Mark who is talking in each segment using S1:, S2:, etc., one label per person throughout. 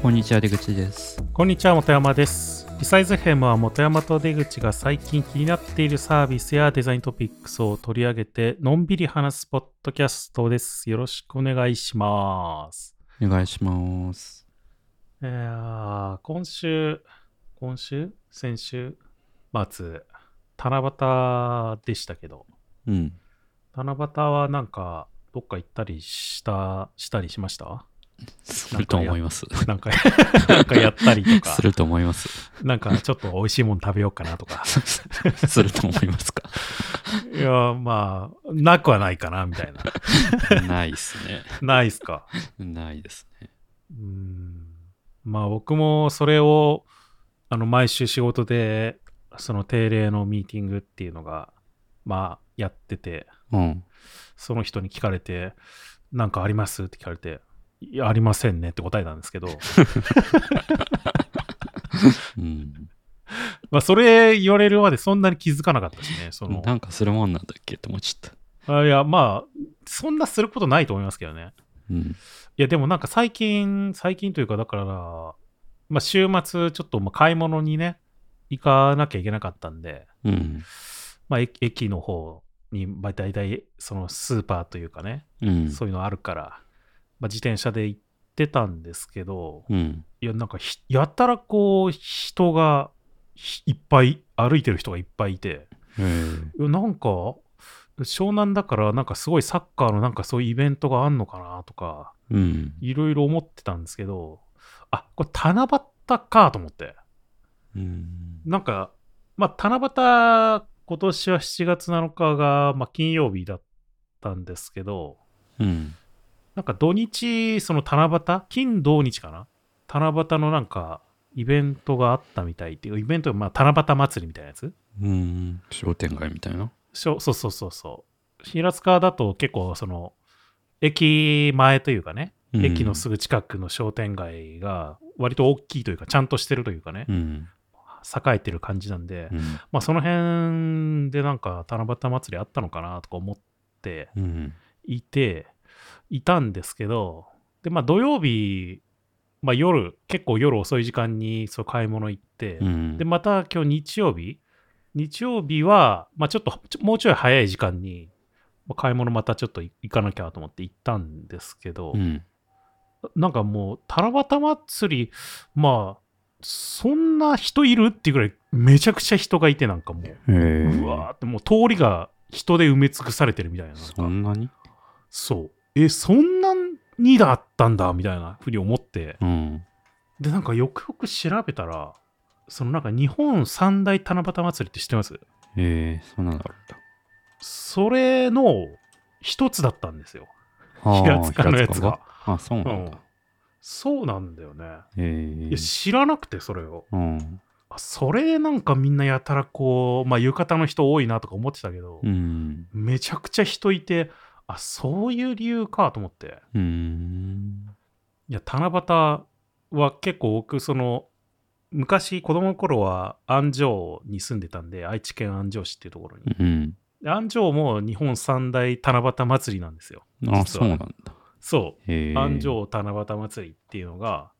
S1: こんにちは出口です
S2: こんにちは、元山です。リサイズヘムは元山と出口が最近気になっているサービスやデザイントピックスを取り上げて、のんびり話すポッドキャストです。よろしくお願いします。
S1: お願いします
S2: いやー今週、今週先週末、七夕でしたけど、
S1: うん
S2: 七夕はなんか、どっか行ったりした、したりしました
S1: すると思います
S2: なんか、 なんかやったりとか
S1: す、ると思います
S2: なんかちょっと美味しいもの食べようかなとか。
S1: すると思いますか
S2: いや、まあ、なくはないかな、みたいな。
S1: ないですね
S2: ないっすか。
S1: ないですね
S2: うーん。まあ、僕もそれを、あの、毎週仕事で、その定例のミーティングっていうのが、まあ、やってて、
S1: うん
S2: その人に聞かれて、なんかありますって聞かれて、いや、ありませんねって答えたんですけど、
S1: うん、
S2: まあ、それ言われるまでそんなに気づかなかったしね、その、
S1: なんかするもんなんだっけって思っちゃった、
S2: あいや、まあ、そんなすることないと思いますけどね。
S1: うん、
S2: いや、でもなんか最近、最近というか、だから、まあ、週末、ちょっとまあ買い物にね、行かなきゃいけなかったんで、
S1: うん
S2: まあ、駅駅の方に、まあ、大体、そのスーパーというかね、
S1: うん
S2: そういうのあるから、まあ、自転車で行ってたんですけど、
S1: うん
S2: いや、なんかひ、やたらこう、人がひいっぱい、歩いてる人がいっぱいいて、
S1: へー
S2: いやなんか、湘南だから、なんかすごいサッカーのなんかそういうイベントがあんのかなとか、
S1: うん
S2: いろいろ思ってたんですけど、あこれ七夕かと思って、
S1: うん
S2: なんか、まあ、七夕、今年は7月7日が、まあ、金曜日だったんですけど、
S1: うん
S2: なんか土日、その七夕、金土日かな、七夕のなんか、イベントがあったみたいっていう、イベント、まあ、七夕祭りみたいなやつ
S1: うん商店街みたいな
S2: しょそうそうそうそう。平塚だと結構、その、駅前というかね、
S1: うん
S2: 駅のすぐ近くの商店街が割と大きいというかちゃんとしてるというかね、
S1: うん
S2: 栄えてる感じなんで、
S1: うん
S2: まあその辺でなんか七夕祭りあったのかなとか思って
S1: うん
S2: いていたんですけどでまあ土曜日、まあ、夜結構夜遅い時間にそう買い物行って、
S1: うん
S2: でまた今日日曜日日曜日は、まあ、ちょっとちょもうちょい早い時間にまあ買い物またちょっと行行かなきゃと思って行ったんですけど、
S1: うん
S2: なんかもう、七夕祭り、まあ、そんな人いるっていうぐらい、めちゃくちゃ人がいて、なんかもう、
S1: へー
S2: うわーって、もう通りが人で埋め尽くされてるみたいな、なん
S1: そ
S2: か、
S1: んなに
S2: そう。え、そんなにだったんだ、みたいなふうに思って、
S1: うん
S2: で、なんかよくよく調べたら、そのなんか日本三大七夕祭りって知ってます
S1: へえそんなのあるんだ
S2: それの一つだったんですよ。
S1: あー
S2: 平塚のやつが。
S1: あ、そうなん
S2: うん
S1: だ。
S2: そうなんだよね。
S1: へ
S2: い
S1: え
S2: や、知らなくて、それを。
S1: うん。
S2: あそれでなんかみんなやたらこう、まあ、浴衣の人多いなとか思ってたけど、
S1: うん。
S2: めちゃくちゃ人いてあそういう理由かと思って
S1: うん。
S2: いや七夕は結構僕その昔子供の頃は安城に住んでたんで愛知県安城市っていうところに
S1: うん。
S2: で安城も日本三大七夕祭りなんですよ
S1: あ、
S2: 実
S1: そ
S2: は
S1: うなんだ。
S2: そ
S1: へえ
S2: う安城七夕祭りっていうのが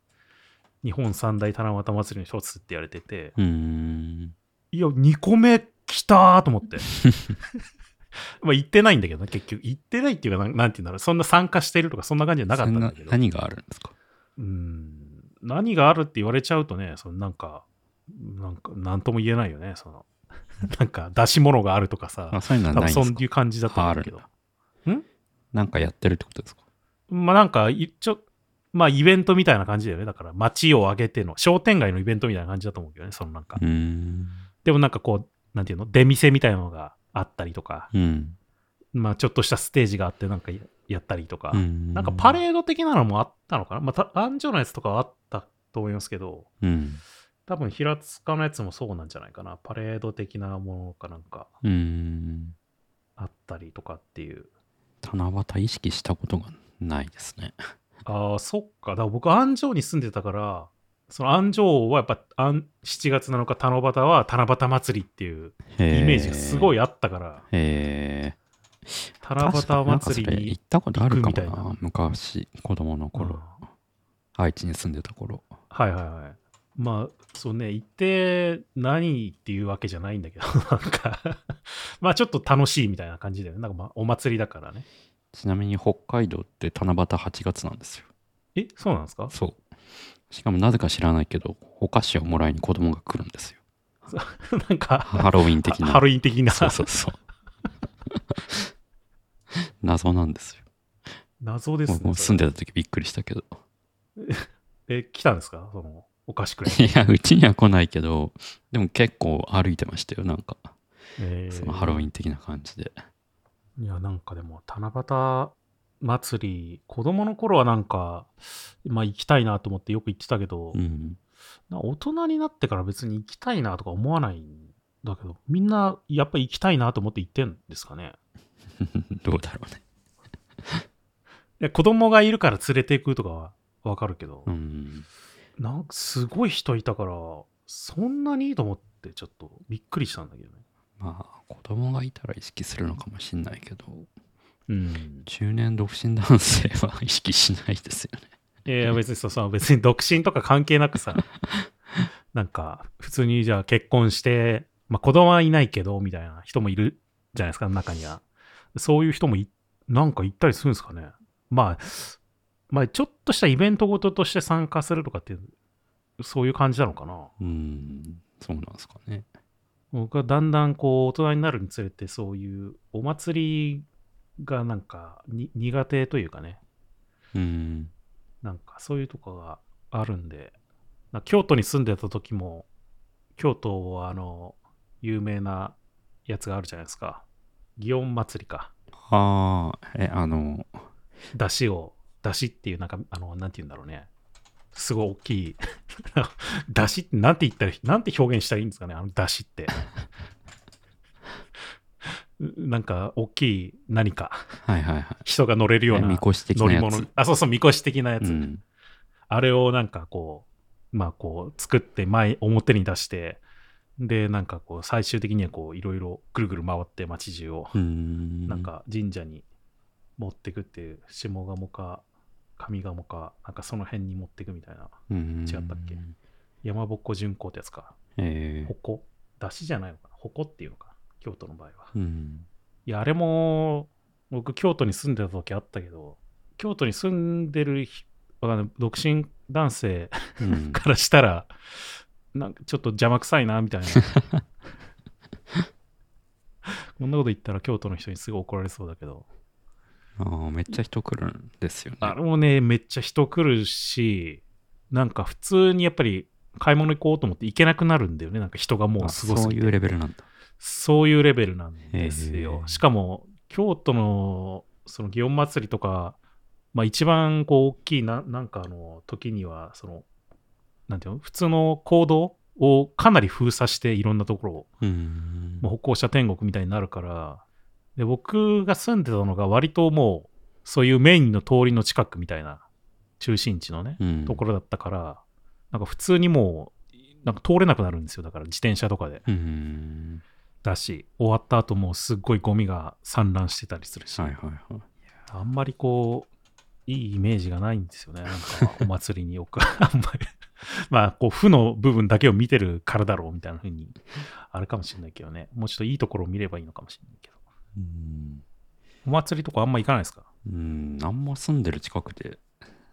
S2: 日本三大七夕祭りの一つって言われてて、
S1: うん。
S2: いや、2個目来たーと 思って。まあ、行ってないんだけどね、結局。行ってないっていうか、なんなんていうんだろう、そんな参加してるとか、そんな感じじゃなかったんだけ
S1: そんな
S2: ど。
S1: 何があるんですか
S2: うん。何があるって言われちゃうとね、そのなんか、なんか、なんとも言えないよね、 その。なんか、出し物があるとかさ
S1: あ、、そういうの
S2: 多
S1: はな
S2: 分
S1: いんで
S2: そう
S1: すか
S2: いう感じだったんだけど。
S1: なんかやってるってことですか
S2: まあ、なんか、一応、まあ、イベントみたいな感じだよね。だから、街を挙げての、商店街のイベントみたいな感じだと思うけどね、そのなんか
S1: う。ん。
S2: でもなんかこう、なんていうの、出店みたいなのがあったりとか、
S1: うん。
S2: まあ、ちょっとしたステージがあってなんかややったりとか、
S1: な
S2: なんかパ
S1: ー
S2: レード的なのもあったのかな、まあ、た安城のやつとかはあったと思いますけど
S1: うん。
S2: 多分平塚のやつもそうなんじゃないかなパレード的なものかなんか
S1: うん。
S2: あったりとかっていう
S1: 七夕意識したことがないですね。
S2: ああそっかだから僕安城に住んでたからその安城はやっぱあん7月7日七夕は七夕祭りっていうイ
S1: イ
S2: メージがすごい
S1: へ
S2: あったから、
S1: え。
S2: 七夕祭
S1: 確かになんかそれ
S2: りに
S1: 行ったことあるか
S2: 行くみたい
S1: もな。昔、子供の頃、
S2: うん
S1: 愛知に住んでた頃。
S2: はいはいはい。まあ、そうね、行って何っていうわけじゃないんだけど、 なんか、まあちょっと楽しいみたいな感じだよね。なんかまあお祭りだからね。
S1: ちなみに北海道って七夕8月なんですよ。
S2: え、そうなんですか
S1: そう。しかもなぜか知らないけど、お菓子をもらいに子供が来るんですよ。
S2: なんか、
S1: ハロウィン的な。
S2: ハロウィン的な
S1: そうそうそう。 謎なんですよ。
S2: 謎ですね
S1: 僕。も
S2: そ
S1: 住ん
S2: れ
S1: でた時びっくりしたけど。
S2: え、来たんですかその、お菓子 くれ。
S1: いや、うちには来ないけど、でも結構歩いてましたよ、なんか。
S2: えー
S1: そのハロウィン的な感じで。
S2: いや、なんかでも、七夕祭り、子供の頃はなんか、まあ行きたいなと思ってよく行ってたけど、
S1: うん。
S2: な大人になってから別に行きたいなとか思わないんだけど、みんなやっぱり行きたいなと思って行ってんですかね。
S1: どうだろうね。
S2: いや子供がいるから連れて行くとかはわかるけど、
S1: うん。
S2: なんかすごい人いたから、そんなにいいと思ってちょっとびっくりしたんだけどね。
S1: まあ、子供がいたら意識するのかもしれないけど、
S2: うん。
S1: 中年独身男性は意識しないですよね。
S2: いやいや別にそうそう、別に独身とか関係なくさ、なんか普通にじゃあ結婚して、まあ子供はいないけど、みたいな人もいるじゃないですか、中には。そういう人もい、なんか行ったりするんですかね。まあ、まあちょっとしたイベントごととして参加するとかっていう、そういう感じなのかな。
S1: うん。そうなんですかね。
S2: 僕はだんだんこう大人になるにつれてそういうお祭りがなんかに苦手というかね、
S1: うん。
S2: なんかそういうとこがあるんで、な京都に住んでた時も、京都はあの、有名なやつがあるじゃないですか。祇園祭りか。
S1: ああ、え、あの、
S2: 出汁を、出汁っていうなんか、あの、なんて言うんだろうね。すごい大きい。 出汁ってなんて言ったら、なんて表現したらいいんですかね、あの出汁って。うなんか、大きい何か、
S1: はいはいはい。
S2: 人が乗れるよう
S1: え
S2: な
S1: みこし的
S2: 乗
S1: な
S2: り
S1: や
S2: 物
S1: つ。。
S2: あ、そうそう、みこし的なやつ。
S1: うん。
S2: あれをなんかこう、まあこう、作って前、表に出して、で、なんかこう、最終的にはこう、いろいろぐるぐる回って街中を、
S1: うん。
S2: なんか神社に持ってくっていう、下鴨か、上鴨か、なんかその辺に持ってくみたいな。
S1: うん、
S2: 違ったっけ山ぼっこ巡行ってやつか。
S1: ええ
S2: ほこ。出しじゃないのかな。ほこっていうのか。京都の場合は。
S1: うん。
S2: いや、あれも、僕、京都に住んでた時あったけど、京都に住んでるひ、わかんない独身男性、
S1: うん
S2: からしたら、なんかちょっと邪魔くさいな、みたいな。こんなこと言ったら京都の人にすぐ怒られそうだけど。
S1: ああ、めっちゃ人来るんですよね。
S2: あれもね、めっちゃ人来るし、なんか普通にやっぱり買い物行こうと思って行けなくなるんだよね。なんか人がもう
S1: あ
S2: すごす
S1: そう
S2: ぎて
S1: いうレベルなんだ。
S2: そういうレベルなんですよ
S1: へ。え
S2: しかも、京都の、その祇園祭りとか、まあ一番こう大きいな、なんかあの、時には、その、なんていうの、普通の行動をかなり封鎖して、いろんなところを、
S1: うん。
S2: もう歩行者天国みたいになるから、で、僕が住んでたのが割ともう、そういうメインの通りの近くみたいな、中心地のね、
S1: うん、
S2: ところだったから、なんか普通にもう、なんか通れなくなるんですよ。だから自転車とかで。
S1: うん。
S2: だし終わった後もすっごいゴミが散乱してたりするし、
S1: はいはいはい。
S2: あんまりこういいイメージがないんですよねなんかお祭りによ くあんまりまあこう負の部分だけを見てるからだろうみたいな風にあれかもしれないけどねもうちょっといいところを見ればいいのかもしれないけど
S1: うん。
S2: お祭りとかあんま行かないですか
S1: うん。あんま住んでる近くで、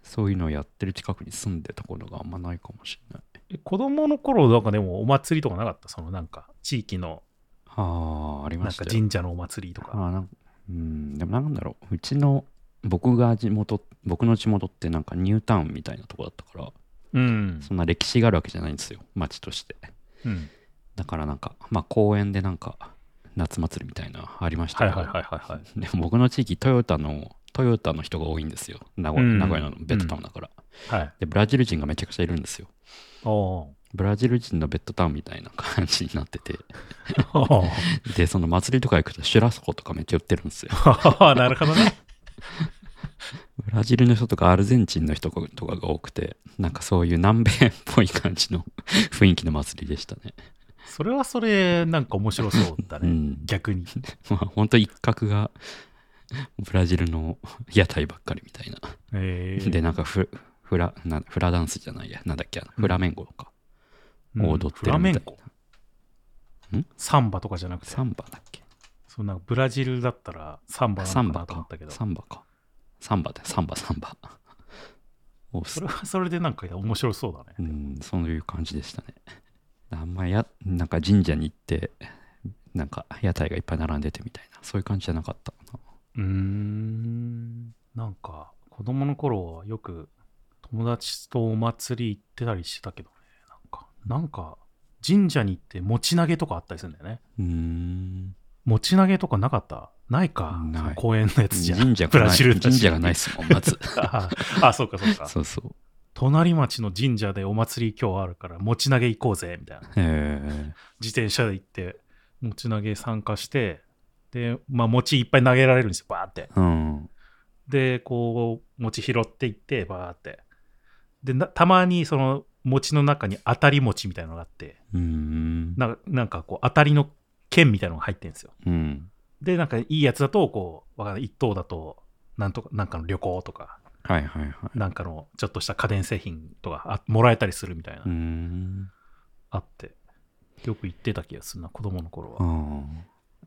S1: そういうのをやってる近くに住んでたことがあんまないかもしれない。
S2: え子供の頃なんかでもお祭りとかなかったそのなんか地域の
S1: ああ、あり
S2: な
S1: ま
S2: ん
S1: した
S2: か
S1: よ。
S2: 神社のお祭りとか
S1: あーなんうん、でもなんだろう。うちの、僕が地元、僕の地元ってなんかニュータウンみたいなとこだったから、
S2: うん、
S1: そんな歴史があるわけじゃないんですよ、町として。
S2: うん、
S1: だからなんか、まあ公園でなんか、夏祭りみたいな、ありました
S2: はい
S1: け
S2: は
S1: ど、
S2: いはいはいはい
S1: でも僕の地域トヨタのトヨタの人が多いんですよ名古屋,、
S2: うん
S1: 名古屋のベッドタウンだから、
S2: はい
S1: でブラジル人がめちゃくちゃいるんですよ
S2: お
S1: ブラジル人のベッドタウンみたいな感じになってて
S2: ー
S1: でその祭りとか行くとシュラスコとかめっちゃ売ってるんですよ
S2: なるほどね
S1: ブラジルの人とかアルゼンチンの人とかが多くてなんかそういう南米っぽい感じの 雰囲気の祭りでしたね
S2: それはそれ、なんか面白そうだね。
S1: うん
S2: 逆に。
S1: まあほんと一角が ブラジルの屋台ばっかりみたいな
S2: えー
S1: でなんかふフラなフラダンスじゃないやなんだっけあのフラメンゴか、
S2: うん
S1: 踊って
S2: フラ
S1: るみた
S2: メン
S1: いな
S2: コ、
S1: ん
S2: サンバとかじゃなくて
S1: サンバだっけ
S2: そんなブラジルだったらサンバな
S1: サン
S2: の
S1: バ
S2: かなと思
S1: か
S2: ったけど
S1: サンバかサンバだサンバサンバ お
S2: それはそれでなんか面白そうだね、
S1: うん、そういう感じでしたね。 あんまや、なんか神社に行って、なんか屋台がいっぱい並んでてみたいな、そういう感じじゃなかったかな。
S2: うーんなんか子供の頃はよく友達とお祭り行ってたりしてたけどねなんかなんか神社に行って餅投げとかあったりするんだよね
S1: うーん。
S2: 餅投げとかなかったないか
S1: ない
S2: その公園のやつじゃ
S1: 神社が
S2: ブラ
S1: ない、
S2: ジルだ
S1: 神
S2: し
S1: 社がないっすもん、ま ず。
S2: あ あそうかそうか
S1: そうそう。
S2: 隣町の神社でお祭り今日あるから餅投げ行こうぜみたいな
S1: え
S2: 自転車で行って餅投げ参加してでまあ餅いっぱい投げられるんですよバーって
S1: ー、うん。
S2: でこう餅拾っていってバーってでなたまにその餅の中に当たり餅みたいなのがあって
S1: うーん。
S2: ななんかこう当たりの剣みたいなのが入ってるんですよ
S1: うん。
S2: でなんかいいやつだとこうわかんない一等だとなんとかなんかの旅行とか
S1: はいはいはい。
S2: なんかのちょっとした家電製品とかあもらえたりするみたいな、
S1: うーん。
S2: あってよく行ってた気がするな子供の頃は、
S1: うん。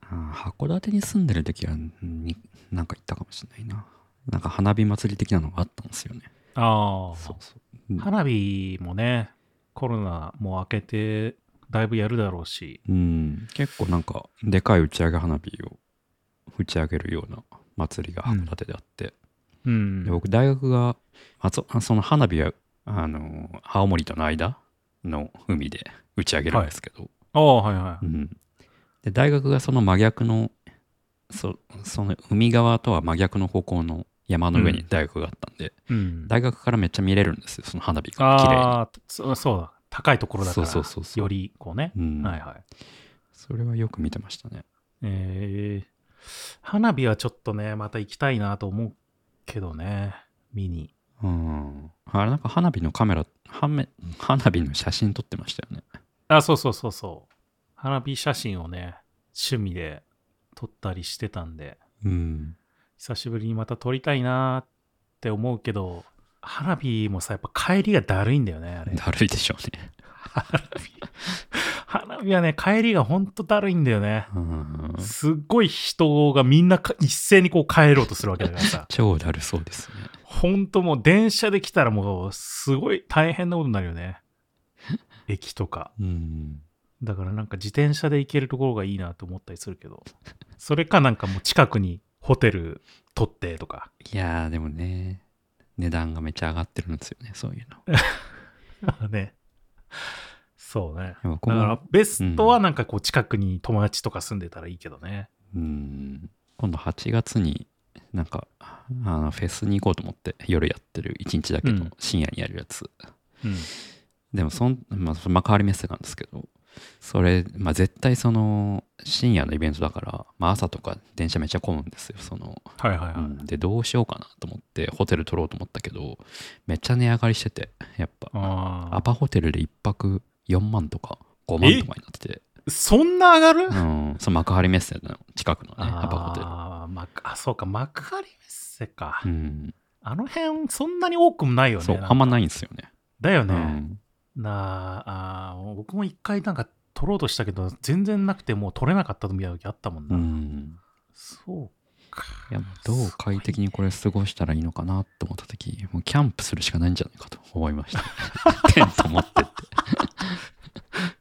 S1: あー函館に住んでる時はになんか行ったかもしれないななんか花火祭り的なのがあったんですよね
S2: ああ
S1: そうそううん
S2: 花火もねコロナも明けてだいぶやるだろうし
S1: うん、結構なんかでかい打ち上げ花火を打ち上げるような祭りが函館であって、
S2: うん
S1: で僕大学があそあその花火はあの青森との間の海で打ち上げるんですけど、
S2: ああはいは
S1: う
S2: い
S1: ん、で大学がその真逆のそその海側とは真逆の方向の山の上に大学があったんで、
S2: うん
S1: 大学からめっちゃ見れるんですよその花火が綺麗に。
S2: ああそそうだ高いところだから
S1: そうそうそうそう
S2: よりこうね、
S1: うん
S2: はいはい
S1: それはよく見てましたね。
S2: えー、花火はちょっとねまた行きたいなと思うけどね見に
S1: うん、あれなんか花火のカメラはめ花火の写真撮ってましたよね。
S2: あそうそうそうそう花火写真をね趣味で撮ったりしてたんで
S1: うん、
S2: 久しぶりにまた撮りたいなって思うけど花火もさやっぱ帰りがだるいんだよね あれ
S1: だるいでしょうね。
S2: 花火花火はね帰りがほんとだるいんだよね
S1: うん、
S2: すっごい人がみんなか一斉にこう帰ろうとするわけだからさ
S1: 超だるそうですね。
S2: ほんともう電車で来たらもうすごい大変なことになるよね駅とか
S1: うん、
S2: だからなんか自転車で行けるところがいいなと思ったりするけどそれかなんかもう近くにホテル取ってとか
S1: いやーでもね値段がめちゃ上がってるんですよねそういうの。
S2: ね。そうね。
S1: でもこ
S2: だ
S1: の
S2: からベストはなんかこう近くに友達とか住んでたらいいけどね。
S1: うん、今度8月になんかあのフェスに行こうと思って夜やってる1日だけ
S2: う
S1: ど
S2: ん
S1: 深夜にやるやつ。
S2: うん。
S1: でもそん、まあ、その幕張メッセなんですけどそれ、まあ、絶対その深夜のイベントだから、まあ、朝とか電車めっちゃ混むんですよその、
S2: はいはいはい。
S1: うんでどうしようかなと思ってホテル取ろうと思ったけどめっちゃ値上がりしててやっぱ
S2: あ
S1: ア
S2: あ。
S1: パホテルで1泊4万とか5万とかになってて、
S2: そんな上がる
S1: うん、その幕張メッセの近くのねアパホテル、
S2: あーまあ、そうか、幕張メッセか。
S1: うん、
S2: あの辺、そんなに多くもないよね。
S1: そう
S2: なんか
S1: あんまないんですよね
S2: だよ
S1: う
S2: ね。
S1: ん、
S2: なああー、僕も一回なんか取ろうとしたけど、全然なくてもう取れなかったみたいな時あったもん
S1: う
S2: な。
S1: ん、
S2: そうか。
S1: いやどう快適にこれ過ごしたらいいのかなと思った時もうキャンプするしかないんじゃないかと思いました テント持ってって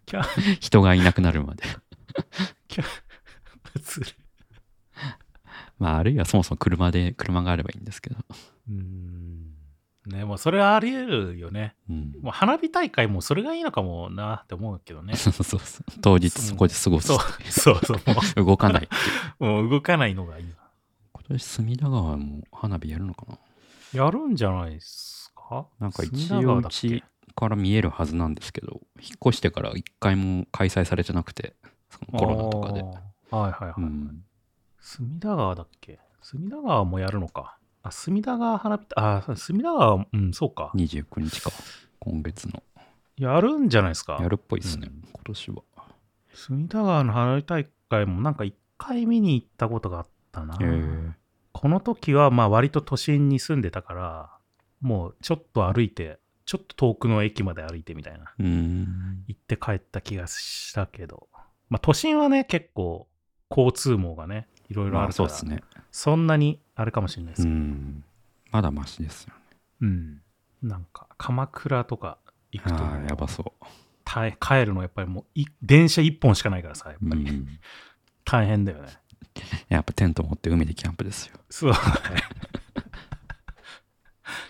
S2: キャン
S1: 人がいなくなるまで
S2: すごいね
S1: まああるいはそもそも車で車があればいいんですけど、
S2: うーん。ね、もうそれはあり得るよね。
S1: うん、
S2: もう花火大会もそれがいいのかもなって思うけどね。
S1: そうそうそう当日そこで過ごす
S2: そうそうそうも。
S1: 動かないう
S2: もう動かないのがいいな。
S1: 今年隅田川も花火やるのかな
S2: やるんじゃないですか
S1: なんか
S2: 隅
S1: 一
S2: 田
S1: 応
S2: 川
S1: う
S2: だっけ
S1: ちから見えるはずなんですけど引っ越してから一回も開催されてなくてそのコロナとかで、
S2: あーはいはいはい。
S1: うん、
S2: 隅田川だっけ隅田川もやるのか。あ、隅田川花火、あー、隅田川、うん、そうか。
S1: 29日か今月の
S2: やるんじゃないですか
S1: や。るっぽいですね、
S2: うん
S1: 今年は
S2: 隅田川の花火大会もなんか一回見に行ったことがあったな。
S1: へえ
S2: この時はまあ割と都心に住んでたからもうちょっと歩いて、ちょっと遠くの駅まで歩いてみたいな、
S1: うん。
S2: 行って帰った気がしたけど、まあ都心はね、結構交通網がね、いろいろあ
S1: まあ
S2: るか
S1: そう
S2: ら、
S1: ですね。
S2: そんなにあれかもしれない
S1: う
S2: ですけど、
S1: ん。まだマシですよね。
S2: うんなんか鎌倉とか行くと
S1: ああ、やばそう。
S2: 大帰るのやっぱりもうい電車一本しかないからさ、やっ
S1: う
S2: ぱり
S1: ん、
S2: 大変だよね。
S1: やっぱテント持って海でキャンプですよ。
S2: そう。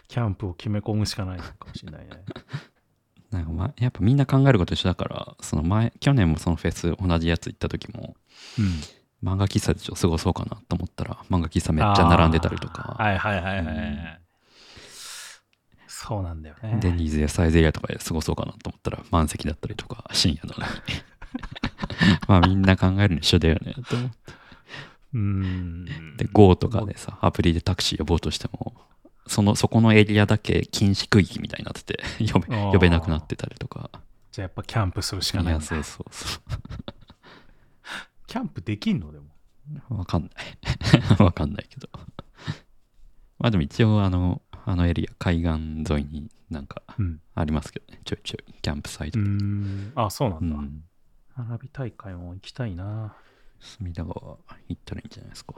S2: キャンプを決め込むしかないのかもしれないね。
S1: なんか、ま、やっぱみんな考えること一緒だから、その前、去年もそのフェス同じやつ行った時も、
S2: うん。
S1: 漫画喫茶でちょっと過ごそうかなと思ったら、漫画喫茶めっちゃ並んでたりと
S2: あ
S1: か、
S2: ーはいはいはいはいはい。
S1: うん
S2: そうなんだよね。
S1: デニーズやサイゼリアとかで過ごそうかなと思ったら満席だったりとか、深夜なの に。まあみんな考えるの一緒だよ ねと思って。
S2: うん。
S1: で、GO とかでさ、アプリでタクシー呼ぼうとしても、その、そこのエリアだけ禁止区域みたいになって て、呼べ、
S2: あー
S1: 呼べなくなってたりとか。
S2: じゃあやっぱキャンプするしか
S1: い
S2: ない
S1: や、
S2: な。
S1: そうそうそ
S2: キャンプできんのでも。
S1: う。わかんない。 わかんないけど。まあでも一応、あの、あのエリア、海岸沿いになんか
S2: うん。
S1: ありますけどね、ちょいちょい、キャンプサイ
S2: う
S1: ト。
S2: ん。あ、そうな
S1: うん
S2: だ。
S1: ん。
S2: 花火大会も行きたいな。
S1: 隅田川行ったらいいんじゃないですか。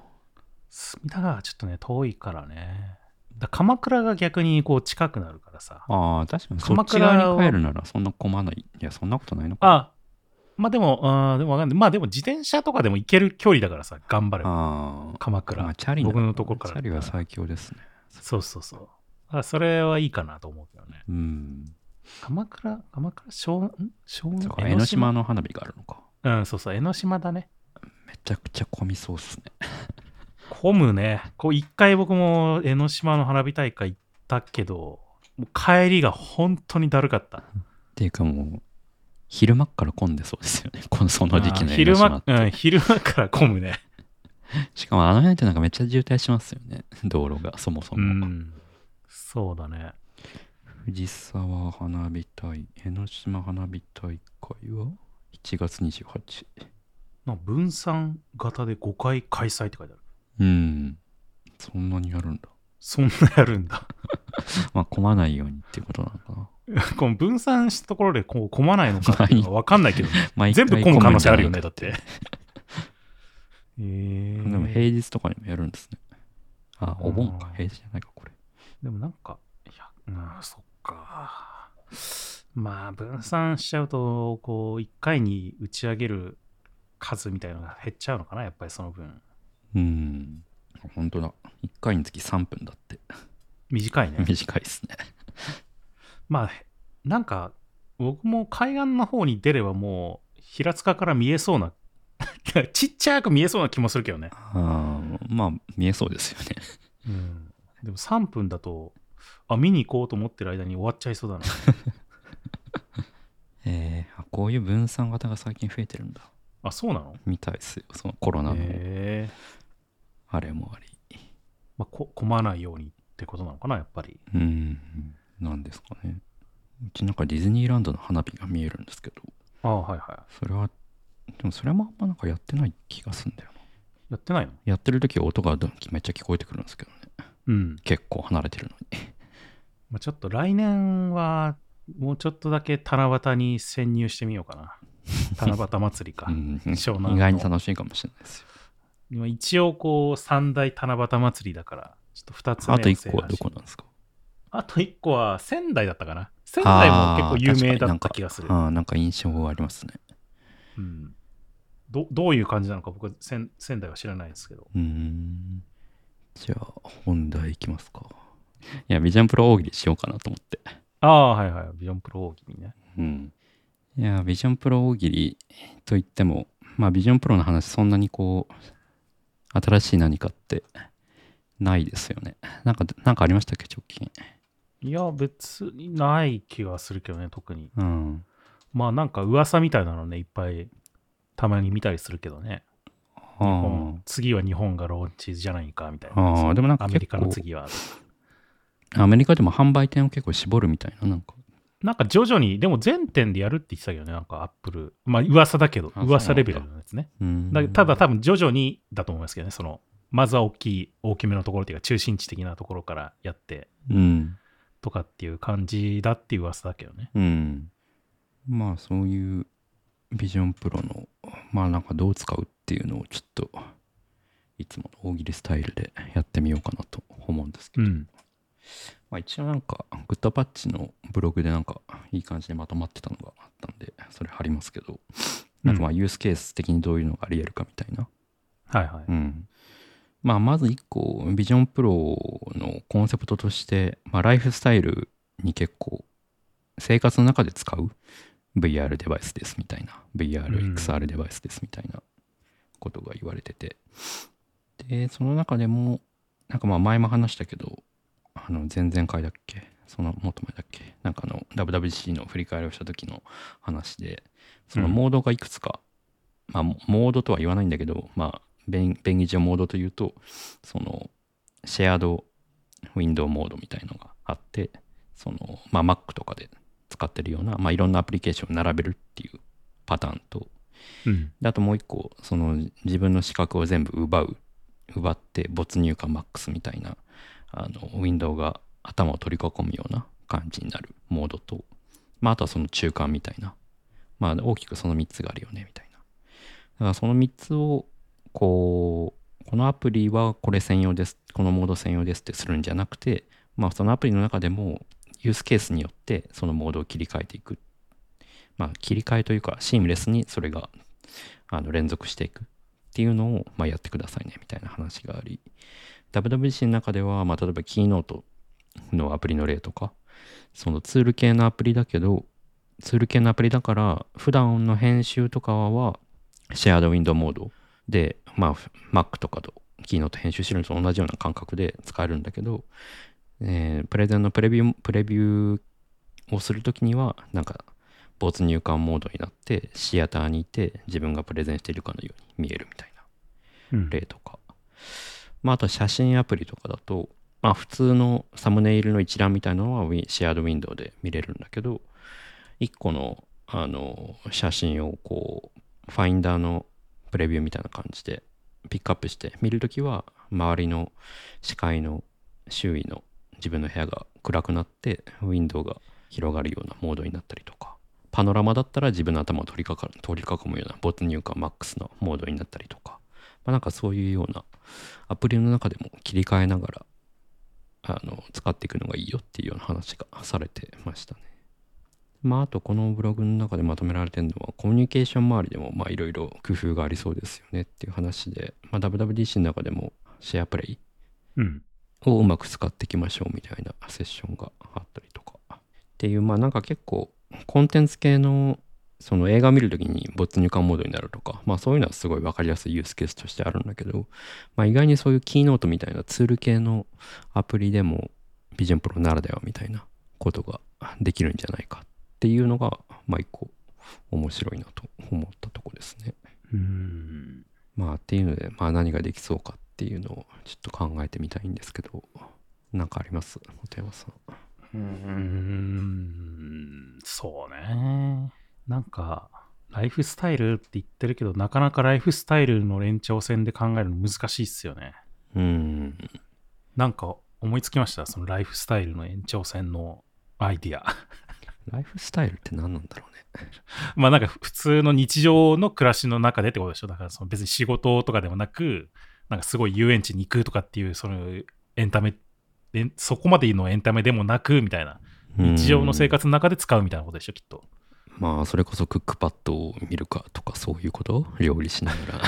S2: 隅田川はちょっとね、遠いからね。だ鎌倉が逆にこう近くなるからさ。
S1: ああ、確かにそ
S2: 鎌
S1: っち
S2: 倉は
S1: 側に帰るならそんな困らない。いや、そんなことないのか。
S2: あ、まあでも、あーでもわかんない。まあでも自転車とかでも行ける距離だからさ、頑張れば。
S1: ああ。
S2: 鎌倉。
S1: まあ、チャリな
S2: 僕のところから。
S1: チャリは最強ですね。
S2: そうそうそう。あそれはいいかなと思うけどね。
S1: うん。
S2: 鎌倉、鎌倉、小、ん小
S1: そうか、江ノ島の花火があるのか。
S2: うん、そうそう、江ノ島だね。
S1: めちゃくちゃ混みそうっすね。
S2: 混むね。こう、一回僕も江ノ島の花火大会行ったけど、もう帰りが本当にだるかった。
S1: っていうかもう、昼間っから混んでそうですよね。 このその時期
S2: あ
S1: の江ノ
S2: ー昼
S1: 島
S2: 間
S1: っ、て
S2: うん、昼間から混むね。
S1: しかもあの辺ってなんかめっちゃ渋滞しますよね。 道路が、そもそうも。
S2: ん。そうだね。
S1: 藤沢花火大、江ノ島花火大会は1月28
S2: なんか分散型で5回開催って書いてある。
S1: うん。そんなにやるんだ。
S2: そんなやるんだ。
S1: まあ、混まないようにっていうことなのかな。
S2: この分散したところでこう混まないのかっていうのは分かんないけどね、
S1: まあ
S2: 全部
S1: 一回
S2: 混む可能性あるよ
S1: んじ
S2: ね、
S1: ゃ
S2: だ
S1: ない
S2: って。 え
S1: か
S2: ー
S1: でも平日とかにもやるんですね。あ、お盆
S2: う
S1: か
S2: ん。
S1: 平日じゃないか、これ。
S2: でもなんか、いや、うん、そっか。まあ、分散しちゃうと、こう、1回に打ち上げる数みたいなのが減っちゃうのかな、やっぱりその分。
S1: うん。本当だ。1回につき3分だって。
S2: 短いね。
S1: 短いですね。
S2: まあ、なんか、僕も海岸の方に出ればもう、平塚から見えそうな、 ちっちゃく見えそうな気もするけどね。
S1: あーまあ、見えそうですよね。
S2: うん。でも3分だと、あ、見に行こうと思ってる間に終わっちゃいそうだな。
S1: えーあこういう分散型が最近増えてるんだ。
S2: あ、そうなの
S1: みたいですよ。そのコロナの
S2: へえ
S1: あれもあり。
S2: まあ、こ混まないようにってことなのかな、やっぱり。
S1: うん。なんですかね。うちなんかディズニーランドの花火が見えるんですけど、
S2: ああはいは
S1: それは、でもそれもあんまなんかやってない気がするんだよな。
S2: い。やってないの
S1: やってる時は音がどんめっちゃ聞こえてくるんですけどね。
S2: うん。
S1: 結構離れてるのに。
S2: まあ、ちょっと来年は、もうちょっとだけ七夕に潜入してみようか な。七夕祭りか。
S1: うん
S2: 湘南の
S1: 意外に楽しいかもしれないですよ。
S2: 今一応こう三大七夕祭りだからちょっと2つ目を
S1: あと1
S2: 制
S1: 個
S2: 覇
S1: は
S2: し
S1: どこなんですか
S2: あと1個は仙台だったかな仙台も結構有名だった気がす
S1: あー確かになん
S2: る、
S1: かあーなんか印象がありますね。
S2: うん、どどういう感じなのか僕は仙仙台は知らないですけど
S1: うーん。じゃあ、本題いきますか。いや、ビジョンプロ大喜利しようかなと思って。
S2: ああはいはいビジョンプロ大喜利ね
S1: うん。いや、ビジョンプロ大喜利といっても、まあ、ビジョンプロの話、そんなにこう、新しい何かってないですよね。なんか、なんかありましたっけ、直近。
S2: いや別にない気がするけどね特に
S1: うん。
S2: まあなんか噂みたいなのねいっぱいたまに見たりするけどね
S1: あー
S2: うん次は日本がローンチじゃないかみたいな
S1: あー、でもなんか
S2: アメリ
S1: 結
S2: カの
S1: 構、
S2: 次は
S1: アメリカでも販売店を結構絞るみたいな、なんか。
S2: なんか徐々に、でも全店でやるって言ってたけどね、なんかアップル。まあ噂だけど、
S1: あ
S2: 噂レベルのやつね。
S1: うーん
S2: だただ、多分徐々にだと思いますけどね、その、まずは大きい、大きめのところっていうか中心地的なところからやって、
S1: うん。
S2: とかっていう感じだっていう噂だけどね。
S1: うん。まあそういうビジョンプロの、まあなんかどう使うっていうのをちょっと、いつもの大喜利スタイルでやってみようかなと思うんですけ
S2: う
S1: ど、
S2: ん。
S1: まあ一応なんか、グッドパッチのブログでなんかいい感じでまとまってたのがあったんで、それ貼りますけど、なんかまあユースケース的にどういうのがありえるかみたいな
S2: はいはい。
S1: うんまあ、まず1個ビジョンプロのコンセプトとして、まあ、ライフスタイルに結構生活の中で使う VR デバイスですみたいな
S2: うん
S1: VRXR デバイスですみたいなことが言われてて、でその中でもなんかまあ前も話したけどあの前々回だっけそのもっと前だっけなんかあの WWDC の振り返りをした時の話でそのモードがいくつか、まあモモードとは言わないんだけどまあ便便宜上モードというとそのシェアドウィンドウモードみたいのがあってその、まあ、Mac とかで使ってるような、まあ、いろんなアプリケーションを並べるっていうパターンと
S2: うん。
S1: であともう一個その自分の資格を全部奪う奪って没入感マックスみたいなあのウィンドウが頭を取り囲むような感じになるモードと、まあ、あとはその中間みたいな、まあ、大きくその3つがあるよねみたいなだからその3つをこうこのアプリはこれ専用ですこのモード専用ですってするんじゃなくて、まあ、そのアプリの中でもユースケースによってそのモードを切り替えていく、まあ、切り替えというかシームレスにそれがあの連続していくっていうのを、まあ、やってくださいねみたいな話があり WWDC の中では、まあ、例えばキーノートのアプリの例とかそのツール系のアプリだけどツール系のアプリだから普段の編集とかはシェアードウィンドウモードで、まあ、Mac とかとキーノート編集してるのと同じような感覚で使えるんだけど、えープレゼンのプレビュープレビューをするときにはなんか没入感モードになってシアターにいて自分がプレゼンしているかのように見えるみたいな
S2: うん
S1: 例とか、まあ、あとは写真アプリとかだと、まあ、普通のサムネイルの一覧みたいなのはウィシェアードウィンドウで見れるんだけど1個のあの写真をこうファインダーのプレビューみたいな感じでピックアップして見るときは周りの視界の周囲の自分の部屋が暗くなってウィンドウが広がるようなモードになったりとかパノラマだったら自分の頭を取りかかる取り囲むような没入感マックスのモードになったりとかまあ、なんかそういうようなアプリの中でも切り替えながらあの使っていくのがいいよっていうような話がされてましたね。まあ、あとこのブログの中でまとめられてるのはコミュニケーション周りでもまあいろいろ工夫がありそうですよねっていう話で、まあ、WWDC の中でもシェアプレイ
S2: うん。
S1: をうまく使っていきましょうみたいなセッションがあったりとかっていうまあなんか結構コンテンツ系のその映画見るときに没入感モードになるとかまあそういうのはすごい分かりやすいユースケースとしてあるんだけど、まあ、意外にそういうキーノートみたいなツール系のアプリでもビジョンプロならではみたいなことができるんじゃないかっていうのがまあ一個面白いなと思ったとこですね。
S2: うん。
S1: まあっていうので、まあ何ができそうかっていうのをちょっと考えてみたいんですけど、なんかあります本山さん。
S2: うん。そうね。なんか、ライフスタイルって言ってるけど、なかなかライフスタイルの延長線で考えるの難しいっすよね。
S1: うん。
S2: なんか思いつきました。そのライフスタイルの延長線のアイディア。
S1: ライフスタイルって何なんだろうね。
S2: まあなんか普通の日常の暮らしの中でってことでしょだからその別に仕事とかでもなく、なんかすごい遊園地に行くとかっていう、そのエンタメ、エンそこまでのエンタメでもなくみたいな、
S1: うん
S2: 日常の生。活の中で使うみたいなことでしょ、きっと。
S1: まあそれこそクックパッドを見るかとかそういうこと料理しながら。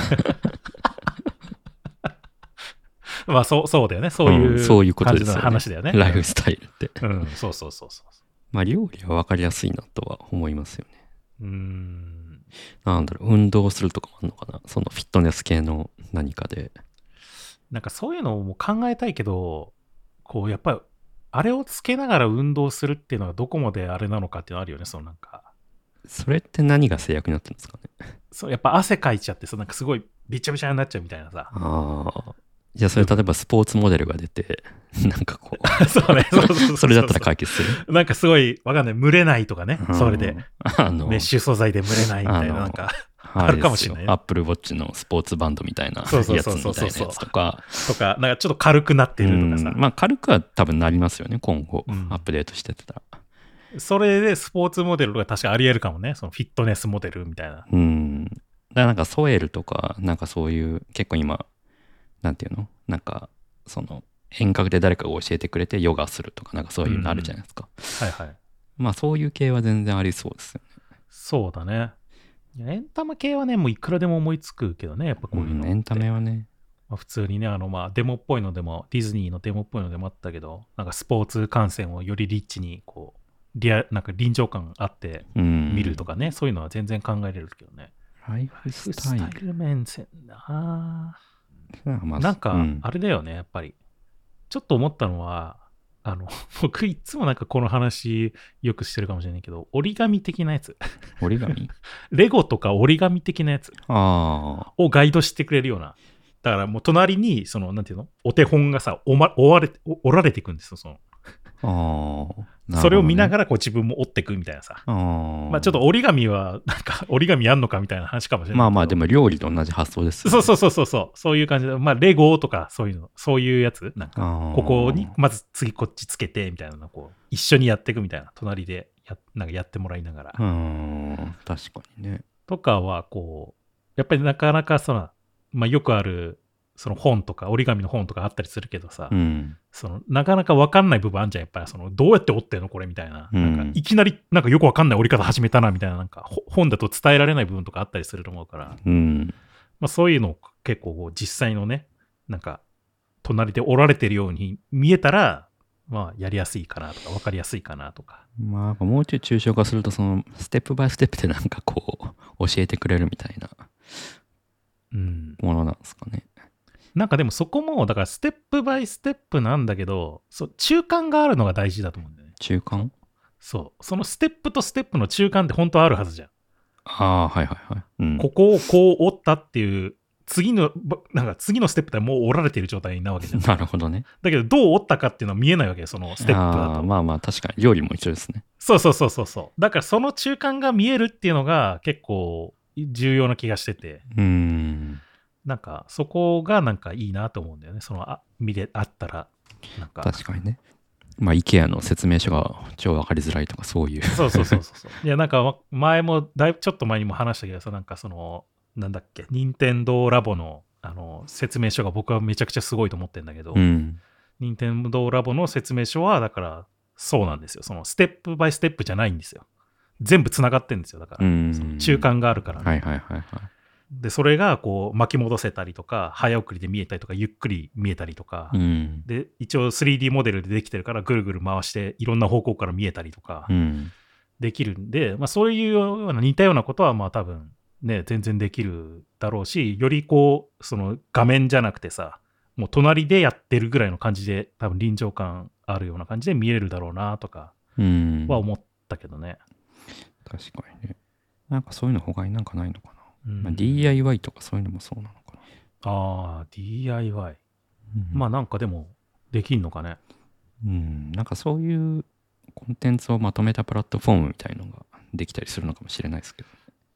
S2: まあそうそうだよね、そういう、
S1: うんそういうこと
S2: 感
S1: です
S2: じ
S1: よ
S2: の
S1: ね
S2: 話だよ ね。
S1: ライフスタイルって。
S2: うん、そうそうそうそ
S1: まあ料理は分かりやすいなとは思いますよね。
S2: う。うーん、
S1: なんだろう、運動するとかもあるのかなそのフィットネス系の何かで。
S2: なんかそういうのをもう考えたいけど、こうやっぱり、あれをつけながら運動するっていうのがどこまであれなのかっていうのあるよね、そのなんか。
S1: それって何が制約になってるんですかね
S2: そうやっぱ汗かいちゃってさなんかすごいびちゃびちゃになっちゃうみたい なさ
S1: ああ。じゃあそれ例えばスポーツモデルが出て、なんかこう。
S2: そうねそうそうそうう
S1: それだったら解決する。
S2: なんかすごいわかんない蒸れないとかねそれで
S1: うん。あの、
S2: メッシュ素材で蒸れないみたい
S1: あ
S2: な
S1: の
S2: なんか
S1: あれ
S2: かも
S1: で
S2: し
S1: す
S2: れ
S1: よ
S2: ない。ね
S1: アップルウォッチのスポーツバンドみたいなやつ
S2: そうそう
S1: み
S2: そうそう
S1: たいなやつとか。
S2: とか、なんかちょっと軽くなってるとかさ
S1: うん。まあ軽くは多分なりますよね、今後
S2: うん。
S1: アップデートしてたら。
S2: それでスポーツモデルが確かあり得るかもね。そのフィットネスモデルみたいな。
S1: うん。だからなんかソエルとか、なんかそういう、結構今、なんていうのなんか、その、遠隔で誰かが教えてくれてヨガするとか、なんかそういうのあるじゃないですか。
S2: はいはい。
S1: まあそういう系は全然ありそうですよね。
S2: そうだね。いやエンタメ系はね、もういくらでも思いつくけどね、やっぱこういうのっ
S1: うん
S2: て。
S1: エンタメはね。
S2: まあ、普通にね、あの、まあ、デモっぽいのでも、ディズニーのデモっぽいのでもあったけど、なんかスポーツ観戦をよりリッチに、こう、リアなんか臨場感あって
S1: うん。
S2: 見るとかね、そういうのは全然考えれるけどね。
S1: ライフスタイル。
S2: ル面線なあ
S1: まあ
S2: なんか
S1: う、
S2: あれだよね、やっぱり。ちょっと思ったのは、あの、 僕いつもなんかこの話よくしてるかもしれないけど、折り紙的なやつ、
S1: 折り紙
S2: レゴとか折り紙的なやつ
S1: ああ。
S2: をガイドしてくれるような。だからもう隣に、その、なんていうのお手本がさ、おま、折われて、お折られていくんですよ、その。
S1: ああ。
S2: それを見な
S1: ら。
S2: がらこう自分も折っていくみたいなさ。
S1: ああ。
S2: まあちょっと折り紙は、なんか 折り紙やんのかみたいな話かもしれないけど。
S1: まあまあ、でも料理と同じ発想です、
S2: そうそうそうそうそう、そういう感じで、まあ、レゴとかそういうの、そういうやつ、なんか、
S1: あー
S2: ここに、まず次こっちつけて、みたいなのをこう、一緒にやっていくみたいな、隣でや、なんかやってもらいながら。
S1: うん。確かにね。
S2: とかは、こう、やっぱりなかなか、その、まあ、よくある、その本とか、折り紙の本とかあったりするけどさ、
S1: うん。
S2: その、なかなかわかんない部分あんじゃん、やっぱり、その、どうやって折ってんのこれ、みたいな。
S1: うん
S2: なんか、いきなり、なんかよくわかんない折り方始めたな、みたいな、なんか、ほ本だと伝えられない部分とかあったりすると思うから。
S1: うん。
S2: まあ、そういうのを結構こう実際のね、なんか、隣で折られてるように見えたら、まあ、やりやすいかなとか、わかりやすいかなとか。
S1: まあ、なんかもうちょい抽象化すると、その、ステップバイステップでなんかこう、教えてくれるみたいな
S2: うん。
S1: ものなんですかね。
S2: なんかでもそこも、だからステップバイステップなんだけど、そう、中間があるのが大事だと思うんだよね。
S1: 中間
S2: そう。そのステップとステップの中間って本当はあるはずじゃん。
S1: ああ、はいはいはい。うん。
S2: ここをこう折ったっていう、次の、ばなんか次のステップでもう折られてる状態なわけじゃん。だ
S1: なるほどね。
S2: けど、どう折ったかっていうのは見えないわけよ、そのステップだ
S1: あ
S2: と
S1: ー。まあまあ、確かに料理も一緒ですね。
S2: そうそうそうそうそう。だからその中間が見えるっていうのが結構重要な気がしてて、
S1: うん。
S2: なんかそこがなんかいいなと思うんだよね。そのあ見れあったら、なんか。
S1: 確かにね。まあ、IKEA の説明書が超わかりづらいとか、そういう。
S2: そうそうそうそうそう。いやなんかわ前もだいぶちょっと前にも話したけどさ、なんかそのなんだっけ、任天堂ラボのあの説明書が僕はめちゃくちゃすごいと思ってんだけど、
S1: うん。
S2: 任天堂ラボの説明書はだからそうなんですよ。そのステップバイステップじゃないんですよ。全部つながってんですよ。だから、
S1: うん
S2: その中間があるから、ね。
S1: はいはいはいはい。
S2: でそれがこう巻き戻せたりとか早送りで見えたりとかゆっくり見えたりとか、
S1: うん。
S2: で一応 3D モデルでできてるからぐるぐる回していろんな方向から見えたりとか
S1: うん。で
S2: できるんで、まあ、そういうような似たようなことはまあ多分ね全然できるだろうしよりこうその画面じゃなくてさもう隣でやってるぐらいの感じで多分臨場感あるような感じで見れるだろうなとか
S1: うん。
S2: は思ったけどね。
S1: 確かにね。なんかそういうの他になんかないのかな。
S2: うん
S1: まあ、DIY とかそういうのもそうなのかな。
S2: あー DIY。
S1: うん
S2: まあなんかでもできんのかね。
S1: うん、なんかそういうコンテンツをまとめたプラットフォームみたいのができたりするのかもしれないですけど。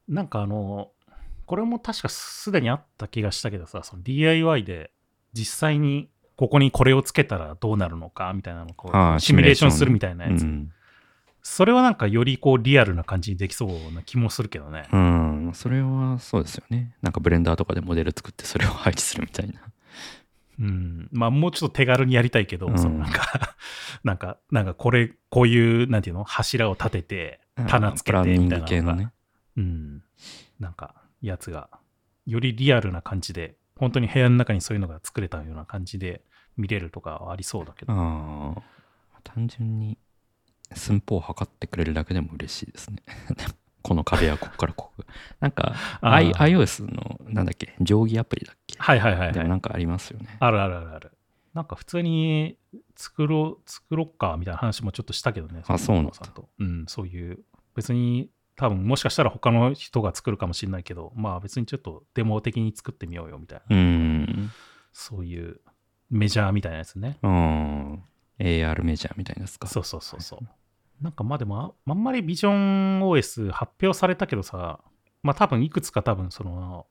S2: なんかあの、これも確かすでにあった気がしたけどさ、その DIY で実際にここにこれをつけたらどうなるのかみたいなのをこう
S1: ああ
S2: シミュレーションするみたいな
S1: う
S2: やつ。
S1: ん、
S2: それはなんかよりこうリアルな感じにできそうな気もするけどね。
S1: うん、それはそうですよね。なんかブレンダーとかでモデル作ってそれを配置するみたいな。
S2: うん。まあもうちょっと手軽にやりたいけど、
S1: うん
S2: そのなんか、なんか、なんかこれ、こういう、なんていうの柱を立てて、棚つ
S1: プ
S2: け
S1: ラン
S2: て
S1: ニン
S2: みたい
S1: グ
S2: な
S1: 系
S2: のが
S1: のね。
S2: うん。なんか、やつが、よりリアルな感じで、本当に部屋の中にそういうのが作れたような感じで見れるとかはありそうだけど。
S1: ああ、単純に寸法を測ってくれるだけでも嬉しいですね。 この壁はここからここ。なんか、
S2: あー
S1: I、iOS のなんだっけ、定規アプリだっけ。
S2: はいはいはい
S1: で
S2: は
S1: も
S2: い。
S1: なんかありますよね。
S2: あるあるあるある。なんか普通に作ろう、作ろっかみたいな話もちょっとしたけどね。
S1: あそうなんだ
S2: さんと。うん、そういう。別に、多分もしかしたら他の人が作るかもしれないけど、まあ別にちょっとデモ的に作ってみようよみたいな。
S1: うん。
S2: そういうメジャーみたいなやつね。
S1: うん。AR メジャーみたいなやつか。
S2: そうそうそうそう。なんかまあでもあ、あんまりビジョン OS 発表されたけどさ、まあ多分いくつか多分その、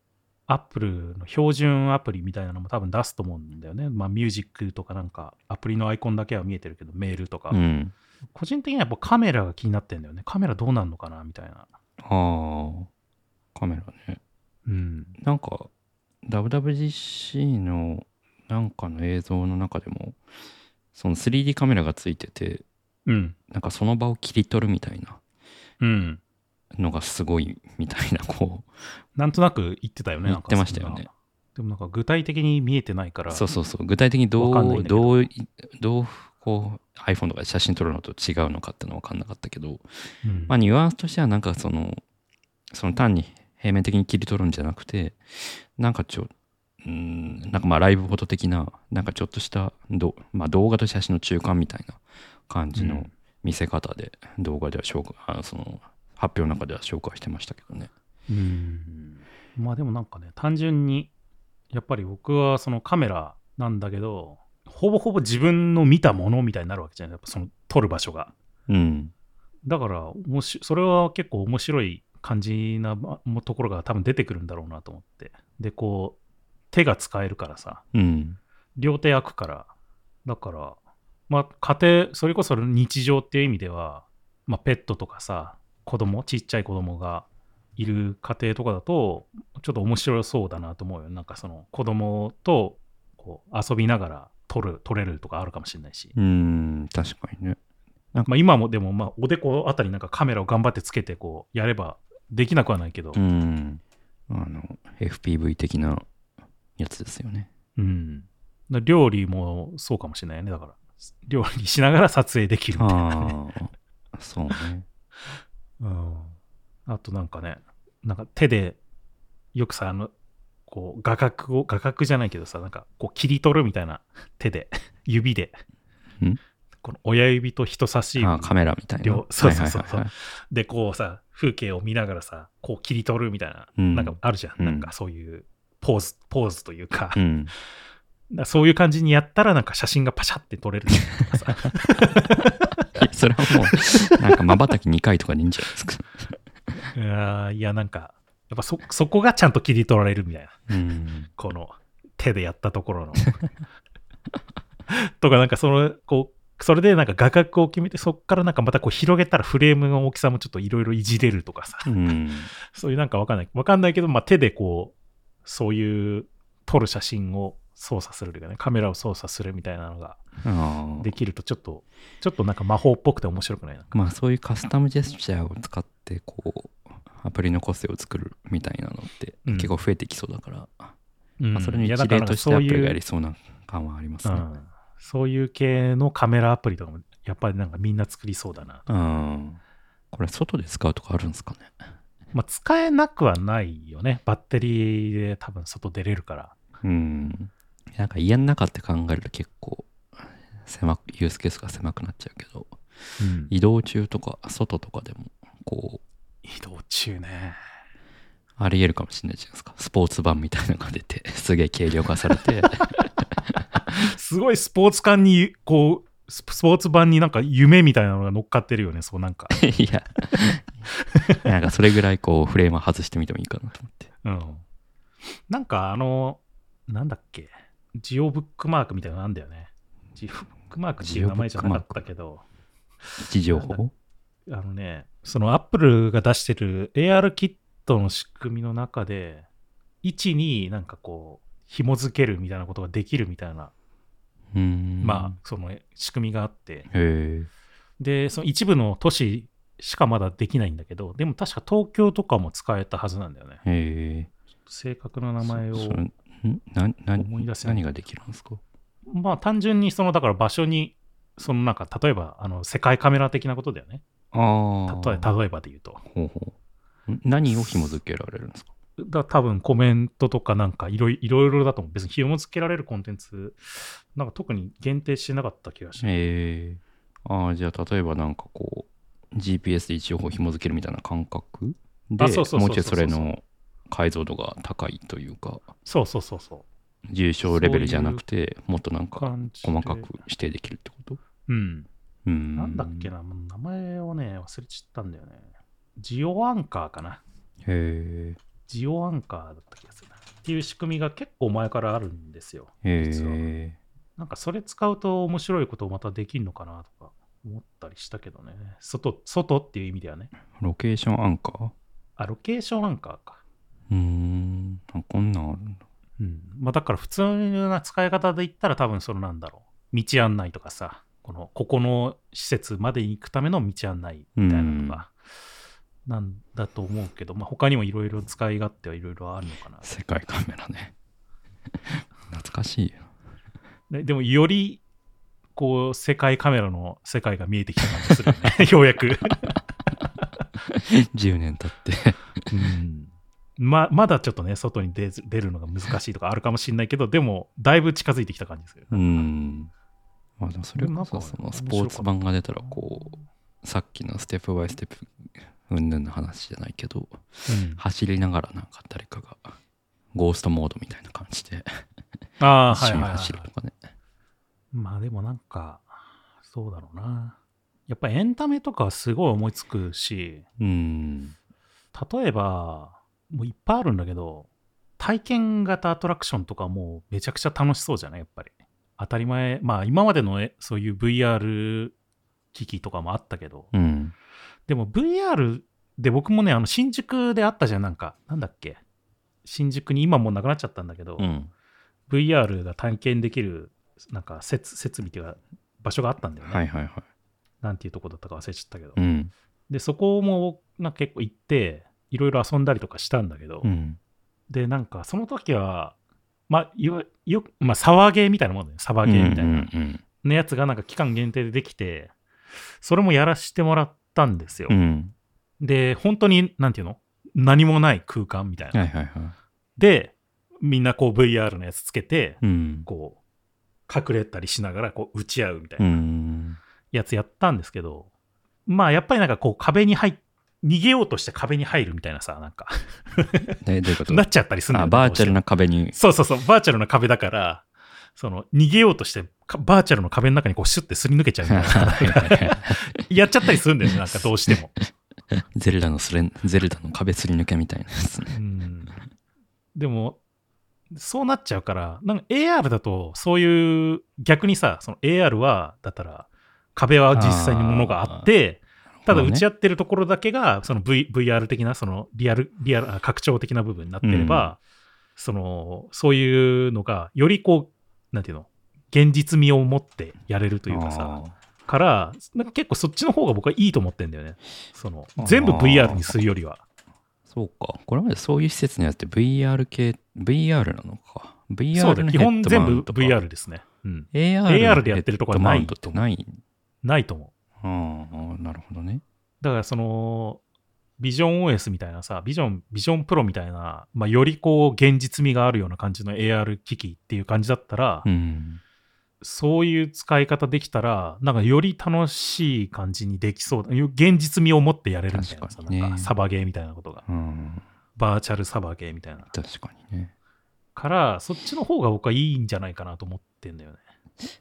S2: アップルの標準アプリみたいなのも多分出すと思うんだよね。まあミュージックとかなんかアプリのアイコンだけは見えてるけどメールとか。
S1: うん。
S2: 個人的にはやっぱカメラが気になってんだよね。カメラどうなんのかなみたいな。
S1: ああ、カメラね。
S2: うん。
S1: なんか、WWDC のなんかの映像の中でも、その 3D カメラがついてて、
S2: うん。
S1: なんかその場を切り取るみたいな
S2: うん。
S1: のがすごいみたいな、こ
S2: なんとなく言ってたよね。なんか
S1: 言ってましたよね
S2: そんな。でもなんか具体的に見えてないから。
S1: う、そうそうそう、具体的にど
S2: わかんないん
S1: う、
S2: だけど
S1: どう、どう、こう、iPhone とかで写真撮るのと違うのかってのは分かんなかったけど、
S2: うん
S1: まあ、ニュアンスとしてはなんかそのその単に平面的に切り取るんじゃなくてなんかちょうーんなんかまあライブフォト的ななんかちょっとしたど、まあ、動画と写真の中間みたいな感じ
S2: う
S1: の
S2: ん
S1: 見せ方で動画では紹介あその発表の中では紹介してましたけどね。
S2: うんまあでもなんかね単純にやっぱり僕はそのカメラなんだけどほぼほぼ自分の見たものみたいになるわけじゃないやっぱその撮る場所が
S1: うん、
S2: だからおもしそれは結構面白い感じなまもところが多分出てくるんだろうなと思ってでこう手が使えるからさ
S1: うん、
S2: 両手空くからだからまあ家庭それこそ日常っていう意味では、まあ、ペットとかさ子供ちっちゃい子供がいる家庭とかだとちょっと面白そうだなと思うよなんかその子供とこう遊びながら撮る撮れるとかあるかもしれないし、
S1: うん、確かにね。
S2: まあ、今もでもまあおでこあたりなんかカメラを頑張ってつけてこうやればできなくはないけど、
S1: うん、あの FPV 的なやつですよね。
S2: うんだ料理もそうかもしれないよねだから料理しながら撮影できるみたいなね
S1: ああ、 そうね。
S2: うんあとなんかね、なんか手で、よくさ、あの、こう、画角を、画角じゃないけどさ、なんか、こう、切り取るみたいな、手で、 指で
S1: ん、
S2: この親指と人差し指
S1: あーカメラみたいな。
S2: 両そうそうそう
S1: はいはいはいはい
S2: で、こうさ、風景を見ながらさ、こう、切り取るみたいな、
S1: うん
S2: なんかあるじゃん、
S1: うん
S2: なんかそういう、ポーズ、ポーズというか、
S1: うん、
S2: だからそういう感じにやったら、なんか写真がパシャって撮れるとか さ
S1: いやそれはも う、なんか瞬き2回とかでいいんじゃないですか。
S2: いやーいや、なんか、やっぱそ、そこがちゃんと切り取られるみたいな。
S1: うん。
S2: この手でやったところの。とかなんかそのこうそれでなんか画角を決めてそっからなんかまたこう広げたらフレームの大きさもちょっといろいろいじれるとかさ
S1: うん。
S2: そういうなんかわかんないわかんないけど、まあ、手でこうそういう撮る写真を操作するというかねカメラを操作するみたいなのが
S1: あ
S2: で
S1: ー
S2: きるとちょっとちょっとなんか魔法っぽくて面白くないなんか
S1: まあそういうカスタムジェスチャーを使って、こう、アプリの個性を作るみたいなのって
S2: うん
S1: 結構増えてきそうだから、
S2: うん
S1: まあ、それに
S2: い
S1: 一
S2: やだか
S1: 例
S2: ら
S1: として
S2: そ
S1: ア
S2: う
S1: プ
S2: いう
S1: リがやりそうな感はあります
S2: う
S1: ね。
S2: んそういう系のカメラアプリとかもやっぱりなんかみんな作りそうだな
S1: うん。これ外で使うとかあるんですかね。
S2: まあ、使えなくはないよね。バッテリーで多分外出れるから。
S1: うん。なんか家の中って考えると結構、狭く、ユースケースが狭くなっちゃうけど、移動中とか外とかでも、こう、
S2: 移動中ね。
S1: ありえるかもしれないじゃないですか。スポーツ版みたいなのが出て、 すげえ軽量化されて、
S2: すごいスポーツ館に、こう、ススポーツ版になんか夢みたいなのが乗っかってるよね。そうなん か。
S1: いや、なんかそれぐらいこうフレーム外してみてもいいかなと思って。
S2: うん。なんかあの、なんだっけ。ジオブックマークみたいなのなんだよね。ジオブックマークっていう名前じゃなかったけど、
S1: 位置情報
S2: あのね、そのアップルが出してる AR キットの仕組みの中で、位置になんかこう、紐付けるみたいなことができるみたいな
S1: うーん。
S2: まあ、その仕組みがあって、
S1: あ。へえ。
S2: で、その一部の都市しかまだできないんだけど、でも確か東京とかも使えたはずなんだよね。
S1: へえ。
S2: 正確な名前を
S1: そ。そんなな
S2: 思い出せない
S1: 何ができるんですか
S2: まあ、単純にその、だから場所に、そのなんか、例えば、あの、世界カメラ的なことだよね。
S1: ああ。
S2: たとえ例えばで言うと。
S1: ほうほうん何を紐付けられるんですか
S2: だ多分コメントとかなんかいろいいろいろだと思う。別に紐付けられるコンテンツ、なんか特に限定してなかった気がします。
S1: へえ。ああ、じゃあ例えばなんかこう、GPS で位置情報を紐付けるみたいな感覚で、
S2: あそうそうそうそうそう
S1: もうちょいそれの解像度が高いというか。
S2: そうそうそうそ
S1: 重症レベルじゃなくて、もっとなん
S2: う。
S1: か
S2: 感じで
S1: 細かく指定できるってこと
S2: うん。
S1: うん。
S2: なんだっけな、もう名前をね、忘れちゃったんだよね。ジオアンカーかな。
S1: へ
S2: ジオアンカーだった気がするな。っていう仕組みが結構前からあるんですよ。
S1: え。へ
S2: 実は
S1: え。
S2: なんかそれ使うと面白いことをまたできるのかなとか思ったりしたけどね。外、外っていう意味ではね。
S1: ロケーションアンカー
S2: あ、ロケーションアンカーか。
S1: うーん。あこんなんあるんだ。
S2: うん。まあだから普通な使い方で言ったら多分そのなんだろう。道案内とかさ、この、ここの施設まで行くための道案内みたいなのが、なんだと思うけど、まあ他にもいろいろ使い勝手はいろいろあるのかな。
S1: 世界カメラね。 懐かしいよ。
S2: ね、でもよりこう世界カメラの世界が見えてきた感じするよ ねようやく、
S1: 10年経って。
S2: ままだちょっとね外に出ず出るのが難しいとかあるかもしれないけどでもだいぶ近づいてきた感じする
S1: うーん。まあでもそれこ
S2: でも
S1: そ
S2: なんか
S1: そのスポーツ版が出たらこう、さっきのステップバイステップうんぬんの話じゃないけど、
S2: うん
S1: 走りながらなんか誰かがゴーストモードみたいな感じで
S2: ああ
S1: 一
S2: はい
S1: 緒
S2: はい
S1: に
S2: はいはい
S1: 走るとかね。
S2: まあでもなんかそうだろうなやっぱエンタメとかはすごい思いつくし
S1: うん。
S2: 例えばもういっぱいあるんだけど体験型アトラクションとかもうめちゃくちゃ楽しそうじゃないやっぱり当たり前まあ今までのえそういう VR 機器とかもあったけど
S1: うん。
S2: でも VR で僕もねあの新宿であったじゃんなんかなんだっけ新宿に今もうなくなっちゃったんだけど、
S1: うん。
S2: VR が体験できるなんか設設備っていうか場所があったんだよね、
S1: はいはいはい。
S2: なんていうとこだったか忘れちゃったけど、
S1: うん。
S2: でそこもなんか結構行っていろいろ遊んだりとかしたんだけど、
S1: うん。
S2: でなんかその時はまあいわよくまあサワーゲーみたいなもんだよねサワーゲーみたい
S1: う
S2: な
S1: ん。
S2: のやつがなんか期間限定でできてそれもやらしてもらったんですよ、
S1: うん。
S2: で本当になんていうの何もない空間みたいな、
S1: はいはいはい。
S2: でみんなこう VR のやつつけて
S1: うん。。
S2: こう隠れたりしながらこう打ち合うみたいうなん やつやったんですけど、まあやっぱりなんかこう壁に入っ逃げようとして壁に入るみたいなさなんか
S1: え、どういうこと
S2: なっちゃったりするんだよ
S1: あ、
S2: ね
S1: バーチャル
S2: どうしても
S1: な壁に。
S2: そうそうそう、バーチャルな壁だから、その、逃げようとして、かバーチャルの壁の中にこうシュッてすり抜けちゃうみたいな やっちゃったりするんだよね、なんかどうしても。
S1: ゼルダのスレン、ゼルダの壁すり抜けみたいなやつね。
S2: うんでも、そうなっちゃうから、なんか AR だと、そういう、逆にさ、その AR は、だったら、壁は実際にものがあって、ただ打ち合
S1: 合
S2: ってるところだけが、その、v、VR 的な、そのリアル、リアル、あ拡張的な部分になってれば、その、そういうのが、よりこう、なんていうの、現実味を持ってやれるというかさ、。から、なんか結構そっちの方が僕はいいと思ってんだよね。その
S1: あ、ー
S2: 全部 VR にするよりは。
S1: そうか。これまでそういう施設のやつって VR 系、VR なのか。
S2: そう
S1: VR
S2: だ、
S1: の
S2: 基
S1: ヘッ
S2: 本
S1: ドマ
S2: 全
S1: ウ
S2: 部
S1: ントか。
S2: VR ですね。うん。
S1: AR,
S2: AR でやってるとこはない
S1: ヘッドマウントってない。
S2: ないと思う。
S1: ああ、なるほどね。
S2: だからその、ビジョン OS みたいなさ、ビジョン、ビジョンプロみたいな、まあ、よりこう、現実味があるような感じの AR 機器っていう感じだったら、
S1: うん。
S2: そういう使い方できたら、なんかより楽しい感じにできそうだ。よ現実味を持ってやれるみたいなさ、
S1: 確かにね
S2: なんかサバゲーみたいなことが。
S1: うん。
S2: バーチャルサバゲーみたいな。
S1: 確かにね。
S2: から、そっちの方が僕はいいんじゃないかなと思ってんだよ ね。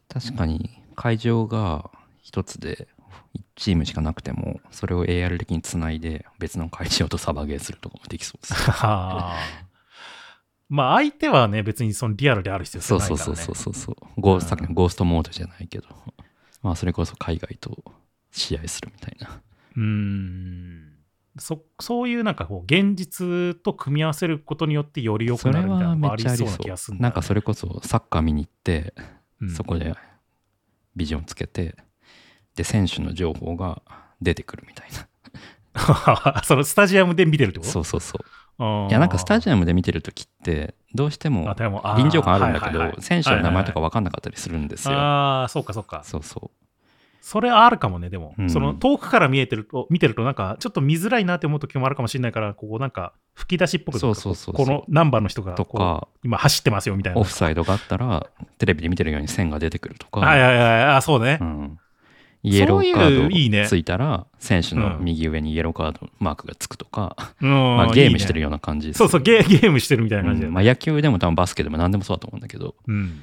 S1: 確かに会場が一つで1チームしかなくてもそれを AR 的につないで別の会場とサバゲーするとかもできそうです
S2: まあ、相手はね、別にそのリアルである必要性
S1: そう
S2: ないか
S1: そ
S2: ら、
S1: う
S2: ね。
S1: そうそうそうそうゴ
S2: うん
S1: ーさっきのゴーストモードじゃないけどまあそれこそ海外と試合するみたいな
S2: うーんそそういうなんかこう現実と組み合わせることによってより良く
S1: そ
S2: な
S1: れ
S2: るみたいな
S1: は
S2: の
S1: め
S2: もあ
S1: っ
S2: り
S1: ちゃあ
S2: そ
S1: り
S2: うな
S1: そ
S2: 気がす
S1: う
S2: る
S1: なんかそれこそサッカー見に行って
S2: うん
S1: そこでビジョンつけてで選手の情報が出てくるみたいな
S2: そのスタジアムで見てるってこと
S1: そうそうそう
S2: う
S1: いやなんかスタジ
S2: ア
S1: アムで見てるときってどうしても
S2: あでもあー
S1: 臨場感あるんだけど、
S2: はいはいはい
S1: 選手の名前と
S2: は
S1: か分かんなかったりするんです
S2: い
S1: よ。
S2: はいはいああそうかそうか
S1: そうそ
S2: それあるかもねでも、
S1: うん
S2: その遠くから見えてると見てるとなんかちょっと見づらいなって思う時もあるかもしれないからこうなんか吹き出しっぽく
S1: そうそうそうそう
S2: このナンバーの人が
S1: う。と
S2: こう
S1: か、
S2: 今走ってますよみたいな
S1: オフサイドがあったら、テレビで見てるように線が出てくるとか、
S2: はいはいはいあそうね、
S1: うん、イエローカー
S2: いい
S1: ド
S2: ね
S1: がついたら、選手の
S2: うん
S1: 右上にイエローカードマークがつくとか、
S2: うん
S1: まあ、ゲームしてる
S2: よ
S1: ような感じです
S2: そうそうゲーゲームしてるみたい
S1: う
S2: な感じだよね
S1: んまあ、野球でも多分バスケでも何でもそうだと思うんだけど、
S2: うん。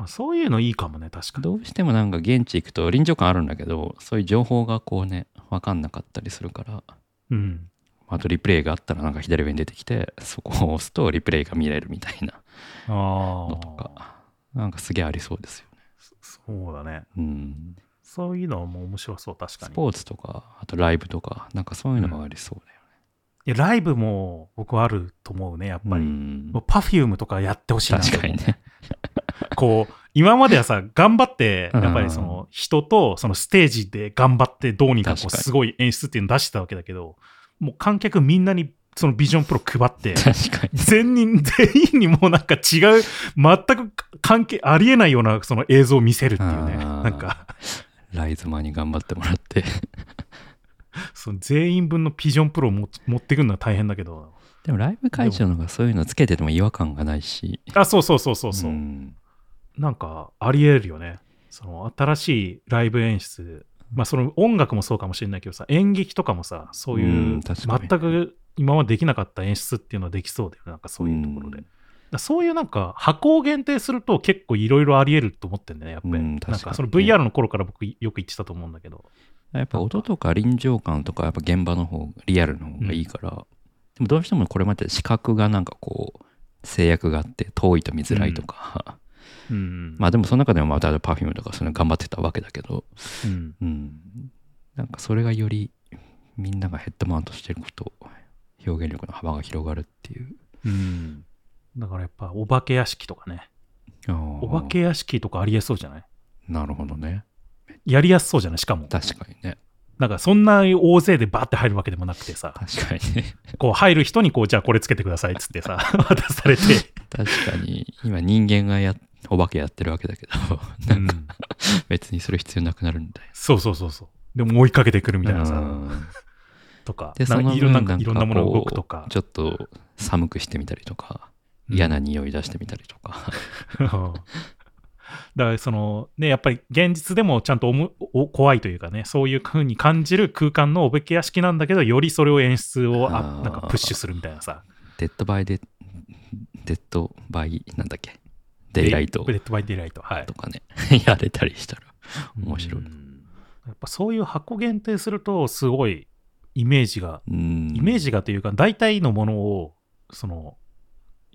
S2: あそういうのいいかもね、確かに。
S1: どうしてもなんか現地行くと臨場感あるんだけど、そういう情報がこうね、分かんなかったりするから、
S2: うん。
S1: あとリプレイがあったらなんか左上に出てきて、そこを押すとリプレイが見れるみたいな
S2: あ
S1: のと
S2: あ。
S1: か、なんかすげえありそうですよね。
S2: そうだね。
S1: うん。
S2: そういうのも面白そう、確か
S1: ス
S2: に。
S1: ポーツとか、あとライブとか、なんかそういうのがありそうだよね。
S2: いやライブも僕はあると思うね、やっぱり。
S1: うん
S2: もうパフュームとかやってほしいなと思
S1: 確か
S2: う
S1: にね。
S2: こう、今まではさ、頑張って、やっぱりそうの人とそのステージで頑張ってどうにかこ
S1: 確
S2: う
S1: かに、
S2: すごい演出っていうの出してたわけだけど、もう観客みんなにそのビジョンプロ配っ て
S1: 確かに。
S2: 全人、全員にもうなんか違う、全く関係、ありえないようなその映像を見せるっていうね。
S1: あー
S2: なんか、
S1: ライズマに頑張ってもらって。
S2: その全員分のビジョンプロを持持ってくるのは大変だけど。
S1: でもライブ会場の方がそういうのつけてても違和感がないし。
S2: あ、そうそうそうそうそう。
S1: ん
S2: なんかありえるよね。その新しいライブ演出、まあその音楽もそうかもしれないけどさ、演劇とかもさ、そういううん
S1: 確かに
S2: 全く今までできなかった演出っていうのはできそうだよね、なんかそういうところで。だか。らそういうなんか箱を限定すると結構いろいろありえると思ってんだよね、やっぱり。
S1: うん
S2: なん
S1: 確か
S2: か
S1: に
S2: その VR の頃から僕よく言ってたと思うんだけど。
S1: やっぱ音とか臨場感とかやっぱ現場の方リアルの方がいいから、でもどうしてもこれまで視覚がなんかこう制約があって遠いと見づらいとか、
S2: うん。
S1: まあでもその中でもまた Perfume とかそういうの頑張ってたわけだけど、
S2: うん
S1: うん、なんかそれがよりみんながヘッドマウントしてること表現力の幅が広がるっていう
S2: うんだからやっぱお化け屋敷とかね。お
S1: お
S2: 化け屋敷とかありえそうじゃない
S1: なるほどね
S2: やりやすそうじゃないしかも。
S1: 確かにね
S2: なんかそんな大勢でバーって入るわけでもなくてさ。
S1: 確かにね
S2: こう入る人にこう、じゃあこれつけてくださいっつってさ、渡されて。
S1: 確かに今人間がやお化けやってるわけだけどなんか
S2: うん
S1: 別にする必要なくなるんだよ
S2: そうそうそうそう。でも追いかけてくるみたいな
S1: う
S2: さ、
S1: ん
S2: とか、
S1: で
S2: な
S1: そ
S2: ん
S1: の
S2: かい
S1: 分
S2: ろん
S1: な
S2: なんん
S1: か
S2: かいろんなものが動くとか
S1: こう。ちょっと寒くしてみたりとか
S2: うん
S1: 嫌な匂い出してみたりとか、
S2: うんだからそのね、やっぱり現実でもちゃんとおもお怖いというかね、そういう風に感じる空間のお化け屋敷なんだけど、よりそれを演出をあ
S1: あー
S2: なんかプッシュするみたいなさ、
S1: デッドバイデデッドバイなんだっけデイライト
S2: デッドバイデイライト。はい
S1: と。かね やれたりしたら面白い
S2: うんやっぱそういう箱限定すると、すごいイメージが
S1: うん
S2: イメージがというか、大体のものを、その、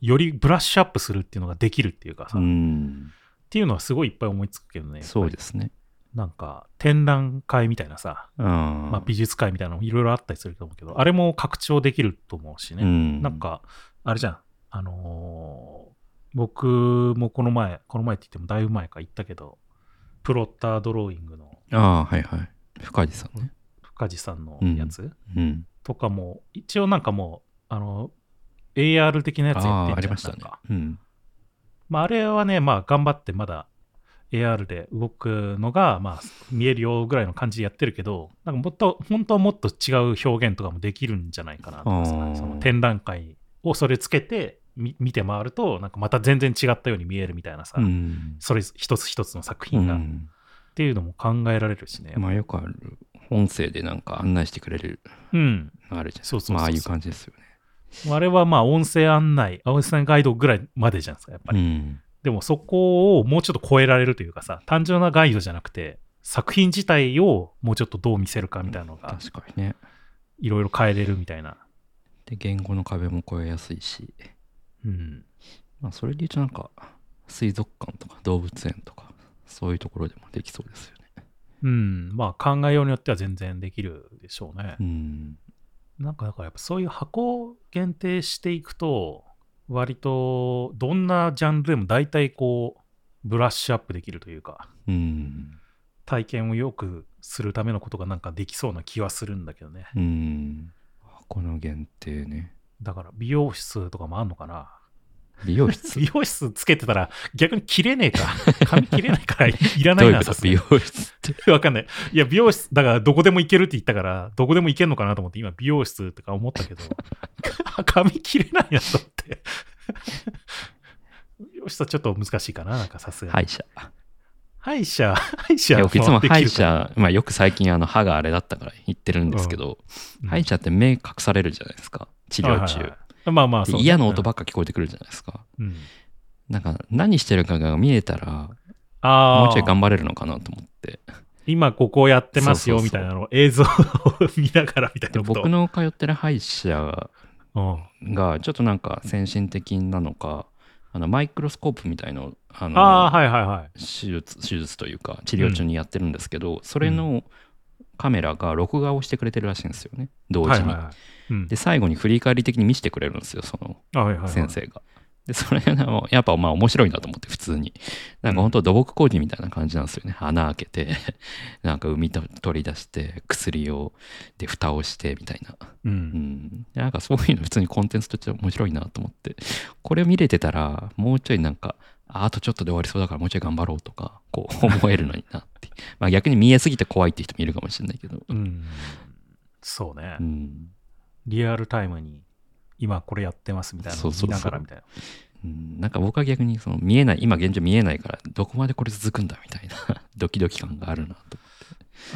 S2: よりブラッシュアップするっていうのができるっていうかさ、
S1: う
S2: っ
S1: ん
S2: ていうのはすごいいっぱい思いつくけどね。。
S1: そうですすね
S2: なんか、展覧会みたいなさ、
S1: うん、
S2: まあ、美術会みたいなのもいろいろあったりすると思うけど、あれも拡張できると思うし
S1: う
S2: ね。
S1: ん
S2: なんか、あれじゃん、あのー僕もこの前、この前って言ってもだいぶ前か言ったけど、プロッタードローイングの
S1: ああはいはい深地さんね
S2: 深地さんのやつ、
S1: うん
S2: とかも、一応なんかもう、あの、AR 的なやつや
S1: あ
S2: って
S1: あ
S2: ん
S1: あ
S2: じ
S1: り
S2: ゃん
S1: ましたね
S2: なんか
S1: うん
S2: まあ、あれはね、まあ、頑張ってまだ AR で動くのが、まあ、見えるよぐらいの感じでやってるけど、なんかもっと、本当はもっと違う表現とかもできるんじゃないかなとかさ
S1: あー
S2: その展覧会をそれつけてみ見て回ると、なんかまた全然違ったように見えるみたいなさ、
S1: うん
S2: それ一つ一つの作品が、
S1: う
S2: っ
S1: ん
S2: ていうのも考えられるしね。
S1: まあよくある音声でなんか案内してくれる
S2: うん。
S1: のあるじゃない
S2: そうそうそうそう
S1: まあああいう感じですよね
S2: あれはまあ、音声案内、音声ガイドぐらいまでじゃないですか、やっぱり。
S1: うん
S2: でもそこをもうちょっと超えられるというかさ、単純なガイドじゃなくて、作品自体をもうちょっとどう見せるかみたいなのが、
S1: 確かにね
S2: いろいろ変えれるみたいな。
S1: で言語の壁も越えやすいし、
S2: うん。
S1: まあ、それで言うとなんか水族館とか動物園とかそういうところでもできそうですよね。
S2: うん。まあ考えようによっては全然できるでしょうね
S1: う。ん
S2: なんかだからやっぱそういう箱を限定していくと、割とどんなジャンルでも大体こう、ブラッシュアップできるというか、
S1: うん
S2: 体験を良くするためのことがなんかできそうな気はするんだけどね。
S1: うん箱の限定 ね
S2: だから美容室とかもあんのかな
S1: 美容室
S2: 美容室つけてたら逆に切れねえか。髪切れないから いらな
S1: どうい
S2: い
S1: う
S2: な、
S1: こと
S2: さすが
S1: 美
S2: に
S1: 容。室って
S2: わかんない。いや、美容室、だからどこでも行けるって言ったから、どこでも行けるのかなと思って、今美容室とか思ったけど、 髪切れないなと思って。 美容室はちょっと難しいかな、なんかさすが
S1: 歯
S2: に。
S1: 医者
S2: 歯医者、 歯医
S1: い
S2: 者
S1: や
S2: は
S1: 僕いつも
S2: で
S1: 歯
S2: き
S1: 医
S2: るか
S1: 者、まあ、よく最近あの歯があれだったから言ってるんですけど、
S2: うん
S1: 歯医者って目隠されるじゃないですか治
S2: はい
S1: 療
S2: はい
S1: 中、
S2: はいまあまあ、
S1: で
S2: そうね
S1: 嫌な音ばっか聞こえてくるじゃないですか
S2: うん
S1: なんか何してるかが見えたら
S2: ああ。
S1: もうちょい頑張れるのかなと思って
S2: 今ここやってますよ
S1: そう
S2: み
S1: そ
S2: た
S1: うそう
S2: いなのを映像を 見ながらみたい
S1: で
S2: なこと。
S1: 僕の通ってる歯医者
S2: うん
S1: がちょっとなんか先進的なのかあのマイクロスコープみたいのあの
S2: ああ、はいはいはい。
S1: 手術手術というか治療中にやってるんですけど、それのカメラが録画をしてくれてるらしいんですよね同時に、
S2: はいはいはい。うん
S1: で最後に振り返り的に見せてくれるんですよその
S2: あはいはいはい
S1: 先生が、でそれがもうやっぱまあ面白いなと思って普通になんか本当土木工事みたいな感じなんですよね穴開けて なんか海と取り出して薬をで蓋をしてみたいな
S2: う。
S1: うんん、なんかそういうの普通にコンテンツとして面白いなと思って、これ見れてたら、もうちょいなんか、ああとちょっとで終わりそうだからもうちょい頑張ろうとか、こう思えるのになって。まあ逆に見えすぎて怖いって人もいるかもしれないけど。
S2: うん。そうね
S1: う。ん。
S2: リアルタイムに今これやってますみたいなの
S1: そ
S2: を
S1: うそうそう
S2: 見ながらみたいな。
S1: うんなんか僕は逆にその見えない、今現状見えないから、どこまでこれ続くんだみたいな ドキドキ感があるなと。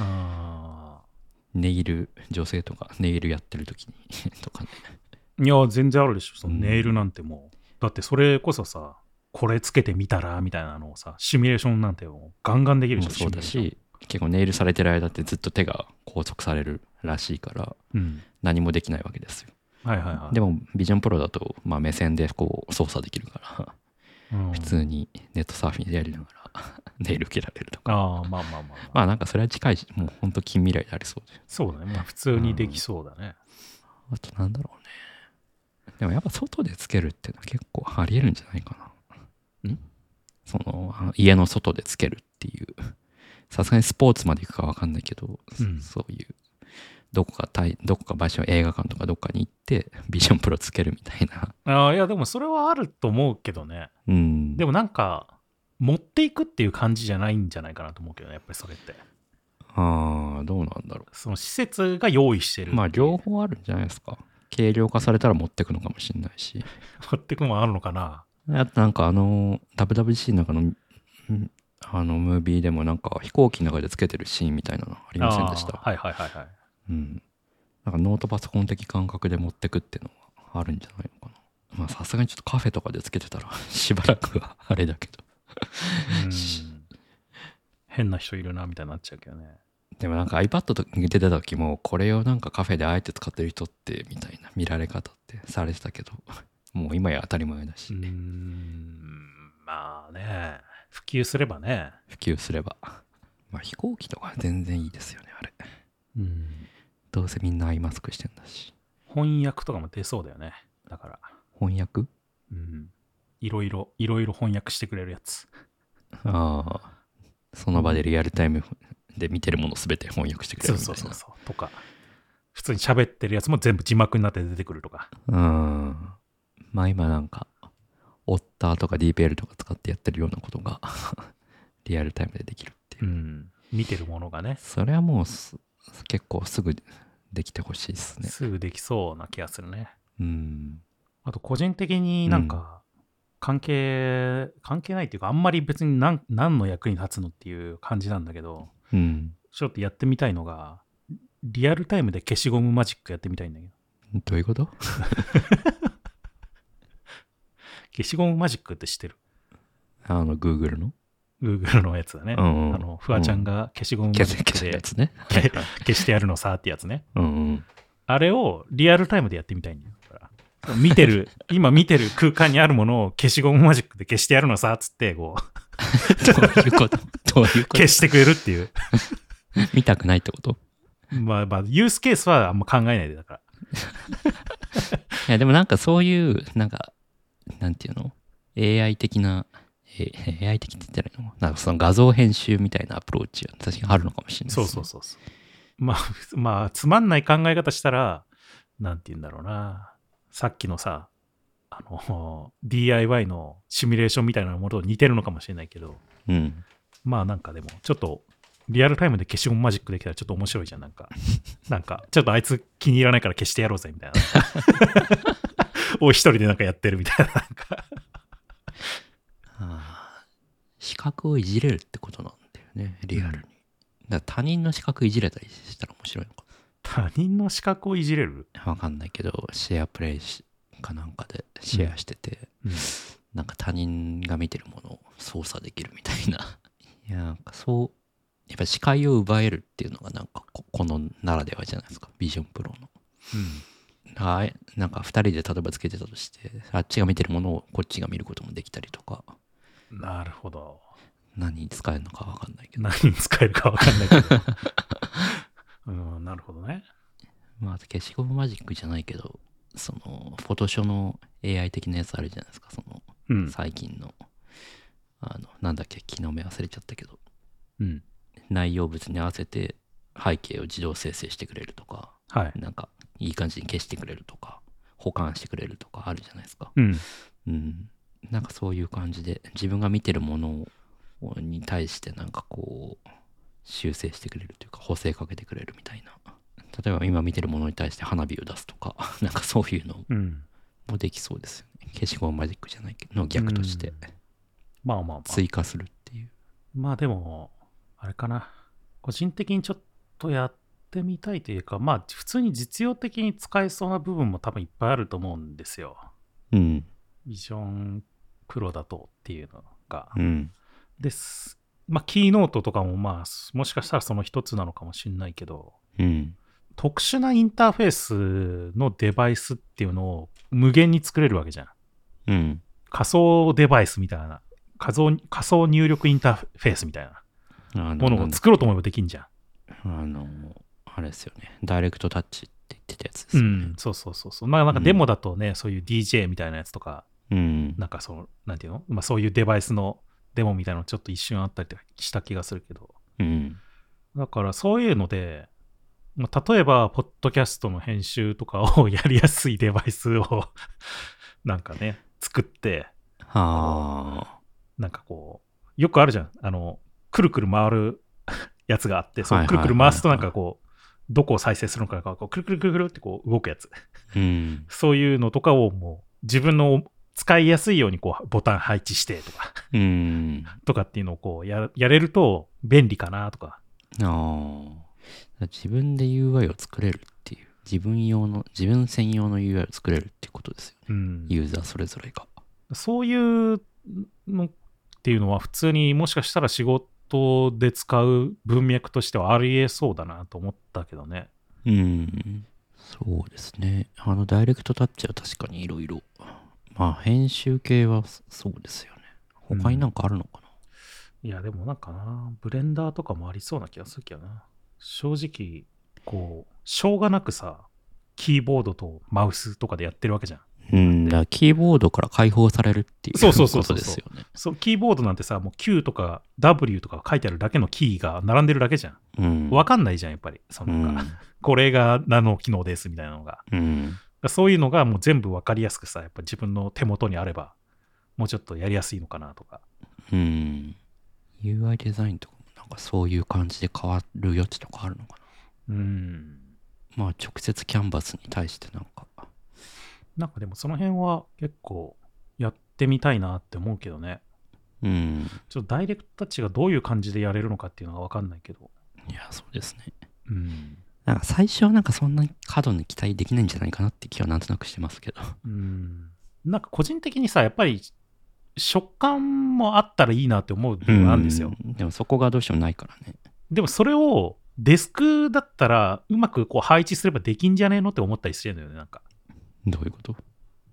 S2: あ
S1: ネイル、女性とか、ネイルやってる時に とかね。
S2: ーいや、全然あるでしょ。その
S1: うん
S2: ネイルなんてもう。だってそれこそさ、これつけてみたらみたいなのをさ、シミュレーションなんてもうガンガンできる
S1: も
S2: じゃ。
S1: うんそうだ
S2: シミュレー
S1: し、
S2: シ
S1: 結構ネイルされてる間ってずっと手が拘束されるらしいから、
S2: ョン、うん。
S1: 何もできないわけですよ。
S2: はいはいはい。
S1: で
S2: も、
S1: もビジョンプロだと、まあ、目線でこう操作できるから普通にネットサーフィンでやりながら ネイル受けられるとか
S2: ああ、まあまあまあ、まあ
S1: まあなんかそれは近いしもうほんと近未来でありそうで
S2: そうだね。まあ普通にできそうだね。
S1: あとなんだろうねでもやっぱ外でつけるってのは結構ありえるんじゃないかなんそのあの家の外でつけるっていうさすがにスポーツまで行くかわかんないけど、そ
S2: うん
S1: そういうどこか対どこか場所映画館とかどっかに行ってビジョンプロつけるみたいな
S2: ああ、いや、でもそれはあると思うけどね。
S1: うん
S2: でもなんか、持っていくっていう感じじゃないんじゃないかなと思うけどね、やっぱりそれって。
S1: ああどうなんだろう
S2: その施設が用意してる。
S1: まあ両方あるんじゃないですか。軽量化されたら持ってくのかもしれないし。
S2: 持ってくのもあるのかな。
S1: あとなんかあの WWC の中のんあのムービーでもなんか飛行機の中でつけてるシーンみたいなのありませんでし
S2: あ
S1: た。
S2: ーはいはいはいはい。
S1: うん。なんかノートパソコン的感覚で持ってくっていうのはあるんじゃないのかな。まあさすがにちょっとカフェとかでつけてたら しばらくはあれだけど。
S2: うん変な人いるなみたいになっちゃうけどね。
S1: でもなんか iPad と出てた時もこれをなんかカフェであえて使ってる人ってみたいな見られ方って されてたけど、もう今や当たり前だ
S2: う
S1: し
S2: ー、ん、まあね、普及すればね。
S1: 普及すれば。まあ飛行機とか全然いいですよね、あれ。
S2: うん
S1: どうせみんなアイマスクしてんだし。
S2: 翻訳とかも出そうだよね。だから、
S1: 翻訳
S2: うん。いろいろ、いろいろ翻訳してくれるやつ。
S1: ああ。その場でリアルタイムで見てるもの全て翻訳してくれ
S2: そ
S1: る
S2: う
S1: みたい
S2: そ
S1: な。
S2: うそうそう。とか、普通に喋ってるやつも全部字幕になって出てくるとか。
S1: うん。まあ今なんか、オッターとか DPL とか使ってやってるようなことが リアルタイムでできるっていう。
S2: うん。見てるものがね、
S1: それはもうす結構すぐできてほしいですね。
S2: すぐできそうな気がするね。
S1: うん。
S2: あと個人的になんか、関係、関係ないっていうか、あんまり別に何何の役に立つのっていう感じなんだけど、
S1: うん。
S2: ちょっとやってみたいのが、リアルタイムで消しゴムマジックやってみたいんだけど、
S1: どういうこと
S2: 消しゴムマジックって知ってる
S1: あの、Google の
S2: ?Google のやつだね。
S1: うんうん
S2: あの、フワちゃんが消しゴムマジ
S1: 消せ
S2: ッ
S1: 消
S2: ク
S1: せるや
S2: で
S1: つね。
S2: け 消してやるのさってやつね。
S1: うんうん。
S2: あれをリアルタイムでやってみたいんだよ。だから見て る、今見てる空間にあるものを消しゴムマジックで消してやるのさっつって、こう、
S1: どういうことどういうこと
S2: 消してくれるっていう。
S1: 見たくないってこと
S2: まあまあ、ユースケースはあんま考えないで、だから。
S1: いやでもなんかそういうなんかなんていうの AI 的なえ AI 的って言ったらいいのなんかその画像編集みたいなアプローチは確かにあるのかもしれないです
S2: そ
S1: ね、
S2: うそうそうそう。まあ、ふまあ、つまんない考え方したら、なんて言うんだろうな。さっきのさ、あの、DIY のシミュレーションみたいなものと似てるのかもしれないけど、
S1: う、ん、
S2: まあなんかでも、ちょっと、リアルタイムで消しゴムマジックできたらちょっと面白いじゃん、なん か。なんか、ちょっとあいつ気に入らないから消してやろうぜ、みたい な。おい一人でなんかやってるみたいな、なんか。
S1: あー視覚をいじれるってことなんだよねリアルに、だから他人の視覚いじれたりしたら面白いのか
S2: 他人の資格をいじれる、
S1: なわかんないけどシェアプレイしかなんかでシェアしてて、 なんか他人が見てるものを操作できるみたいないやなんかそうやっぱ視界を奪えるっていうのがなんかここのならではじゃないですかビジョンプロの。はいなんか2人で例えばつけてたとしてあっちが見てるものをこっちが見ることもできたりとか
S2: うん。なるほど。
S1: 何に使えるのか分かんないけど、
S2: 何に使えるかわかん ないけど。うん、なるほどね。
S1: まあ消しゴムマジックじゃないけどそのフォトショーの AI 的なやつあるじゃないですかその
S2: うん。
S1: 最近の、あのなんだっけ昨日目忘れちゃったけど
S2: うん。
S1: 内容物に合わせて背景を自動生成してくれるとか
S2: はい。
S1: なんかいい感じに消してくれるとか保管してくれるとかあるじゃないですか
S2: うん。
S1: うんなんかそういう感じで自分が見てるものをに対してなんかこう修正してくれるというか補正かけてくれるみたいな例えば今見てるものに対して花火を出すとか なんかそういうの
S2: うん。
S1: もできそうですよね消しゴムマジックじゃないけどの逆として
S2: まあまあまあ。
S1: 追加するっていう
S2: まあでも、あれかな。個人的にちょっとやってみたいというか、まあ普通に実用的に使えそうな部分も多分いっぱいあると思うんですよ。
S1: うん
S2: ビジョンプロだとっていうのが。
S1: うん
S2: です。まあキーノートとかもまあ、もしかしたらその一つなのかもしれないけど、
S1: うん
S2: 特殊なインターフェースのデバイスっていうのを無限に作れるわけじゃん。
S1: うん
S2: 仮想デバイスみたいな。仮想仮想入力インターフェースみたいな
S1: あ
S2: ものを作ろうと思えばできんじゃん。
S1: あの、あれですよね。ダイレクトタッチって言ってたやつです
S2: う
S1: よ
S2: ん
S1: ね、。
S2: そうそうそうそう。まあなんか
S1: うん
S2: デモだとね、そういう DJ みたいなやつとか、
S1: うん。
S2: なんかその、なんていうの、まあ、そういうデバイスのデモみたいなのちょっと一瞬あったりとかした気がするけど。
S1: うん。
S2: だからそういうので、まあ、例えば、ポッドキャストの編集とかをやりやすいデバイスを、 なんかね、作って、
S1: はあ。
S2: なんかこう、よくあるじゃん。あの、くるくる回る やつがあって、そ
S1: は
S2: の
S1: い
S2: く
S1: はい
S2: る
S1: はいはい
S2: くる回すとなんかこう、どこを再生するのかがこう、くるくるくるくるってこう動くやつ。
S1: うん。
S2: そういうのとかをもう自分の使いやすいようにこうボタン配置してとか、
S1: うん。
S2: とかっていうのをこうややれると便利かなとか。
S1: ああ。自分で UI を作れるっていう。自分用の、自分専用の UI を作れるっていうことですよね。
S2: うん、
S1: ユーザーそれぞれが。
S2: そういうのっていうのは普通にもしかしたら仕事で使う文脈としてはありえそうだなと思ったけどね。
S1: うん。そうですね。あの、ダイレクトタッチは確かにいろいろ。まあ、編集系はそそうですよね。他になんかあるのかな、
S2: いやでもなんかな、ブレンダーとかもありそうな気がするけどな。正直、こう、しょうがなくさ、キーボードとマウスとかでやってるわけじゃん。
S1: うん、だからキーボードから解放されるっていう
S2: そうそうそうそう
S1: ことですよね。
S2: そうキーボードなんてさもう Q とか W とか書いてあるだけのキーが並んでるだけじゃん
S1: うん。
S2: 分かんないじゃんやっぱりそのなんか、 これが何の機能ですみたいなのがだか
S1: うん。うん。
S2: らそういうのがもう全部分かりやすくさやっぱ自分の手元にあればもうちょっとやりやすいのかなとか
S1: うん。UI デザインとかもなんかそういう感じで変わる余地とかあるのか
S2: うん
S1: な。まあ直接キャンバスに対してなんか。
S2: なんかでもその辺は結構やってみたいなって思うけどね
S1: うん。
S2: ちょっとダイレクトタッチがどういう感じでやれるのかっていうのが分かんないけど
S1: いや、そうですね。
S2: うん
S1: なんか最初はなんかそんなに過度に期待できないんじゃないかなって気はなんとなくしてますけど。
S2: うんなんか個人的にさやっぱり食感もあったらいいなって思う部分なんですよ、
S1: うん。でもそこがどうしてもないからね。
S2: でもそれをデスクだったらうまくこう配置すればできんじゃねえのって思ったりしてるのよねなんか
S1: どういうこと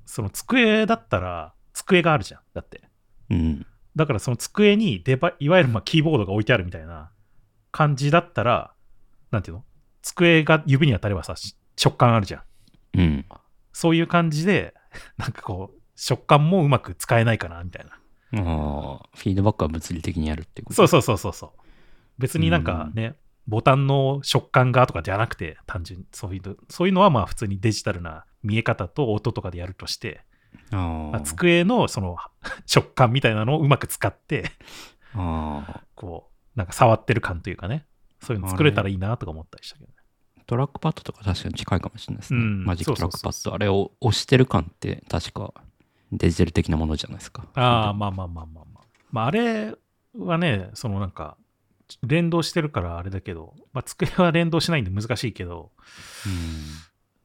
S2: その机だったら机があるじゃんだって
S1: うん。
S2: だからその机にデバいわゆるまあキーボードが置いてあるみたいな感じだったらなんていうの机が指に当たればさし食感あるじゃん
S1: うん。
S2: そういう感じでなんかこう食感もうまく使えないかなみたいな
S1: ああ、フィードバックは物理的にやるってこと
S2: そうそうそうそうそう。別になんかね、ボタンの食感がとかじゃなくて、単純にそういうの、そういうのはまあ普通にデジタルな見え方と音とかでやるとして、
S1: あ
S2: ま
S1: あ。
S2: あ机のその食感みたいなのをうまく使って、
S1: ああ。
S2: こう、なんか触ってる感というかね、そういうの作れたらいいなとか思ったりしたけどね。
S1: トラックパッドとか確かに近いかもしれないですね。
S2: うん
S1: マジックトラックパ
S2: そ
S1: ッド。あれを押してる感って確かデジタル的なものじゃないですか。
S2: ああ、まあまあまあまあまあ。まああれはね、そのなんか、連動してるからあれだけど、まあ、机は連動しないんで難しいけど、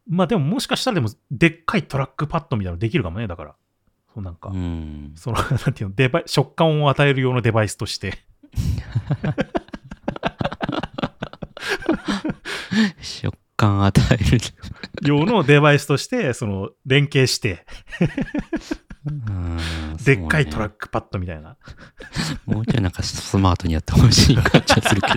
S2: まあでももしかしたらでもでっかいトラックパッドみたいなのできるかもねだからそうなんか、
S1: うん。うん。
S2: その なんていうのデバイ食感を与える用のデバイスとして
S1: 食感与え る。
S2: 用のデバイスとして、その、連携して、でっかいトラッ
S1: ク。
S2: クパッドみたいな。
S1: もうちょいなんかスマートにやってほしい感じはするけど。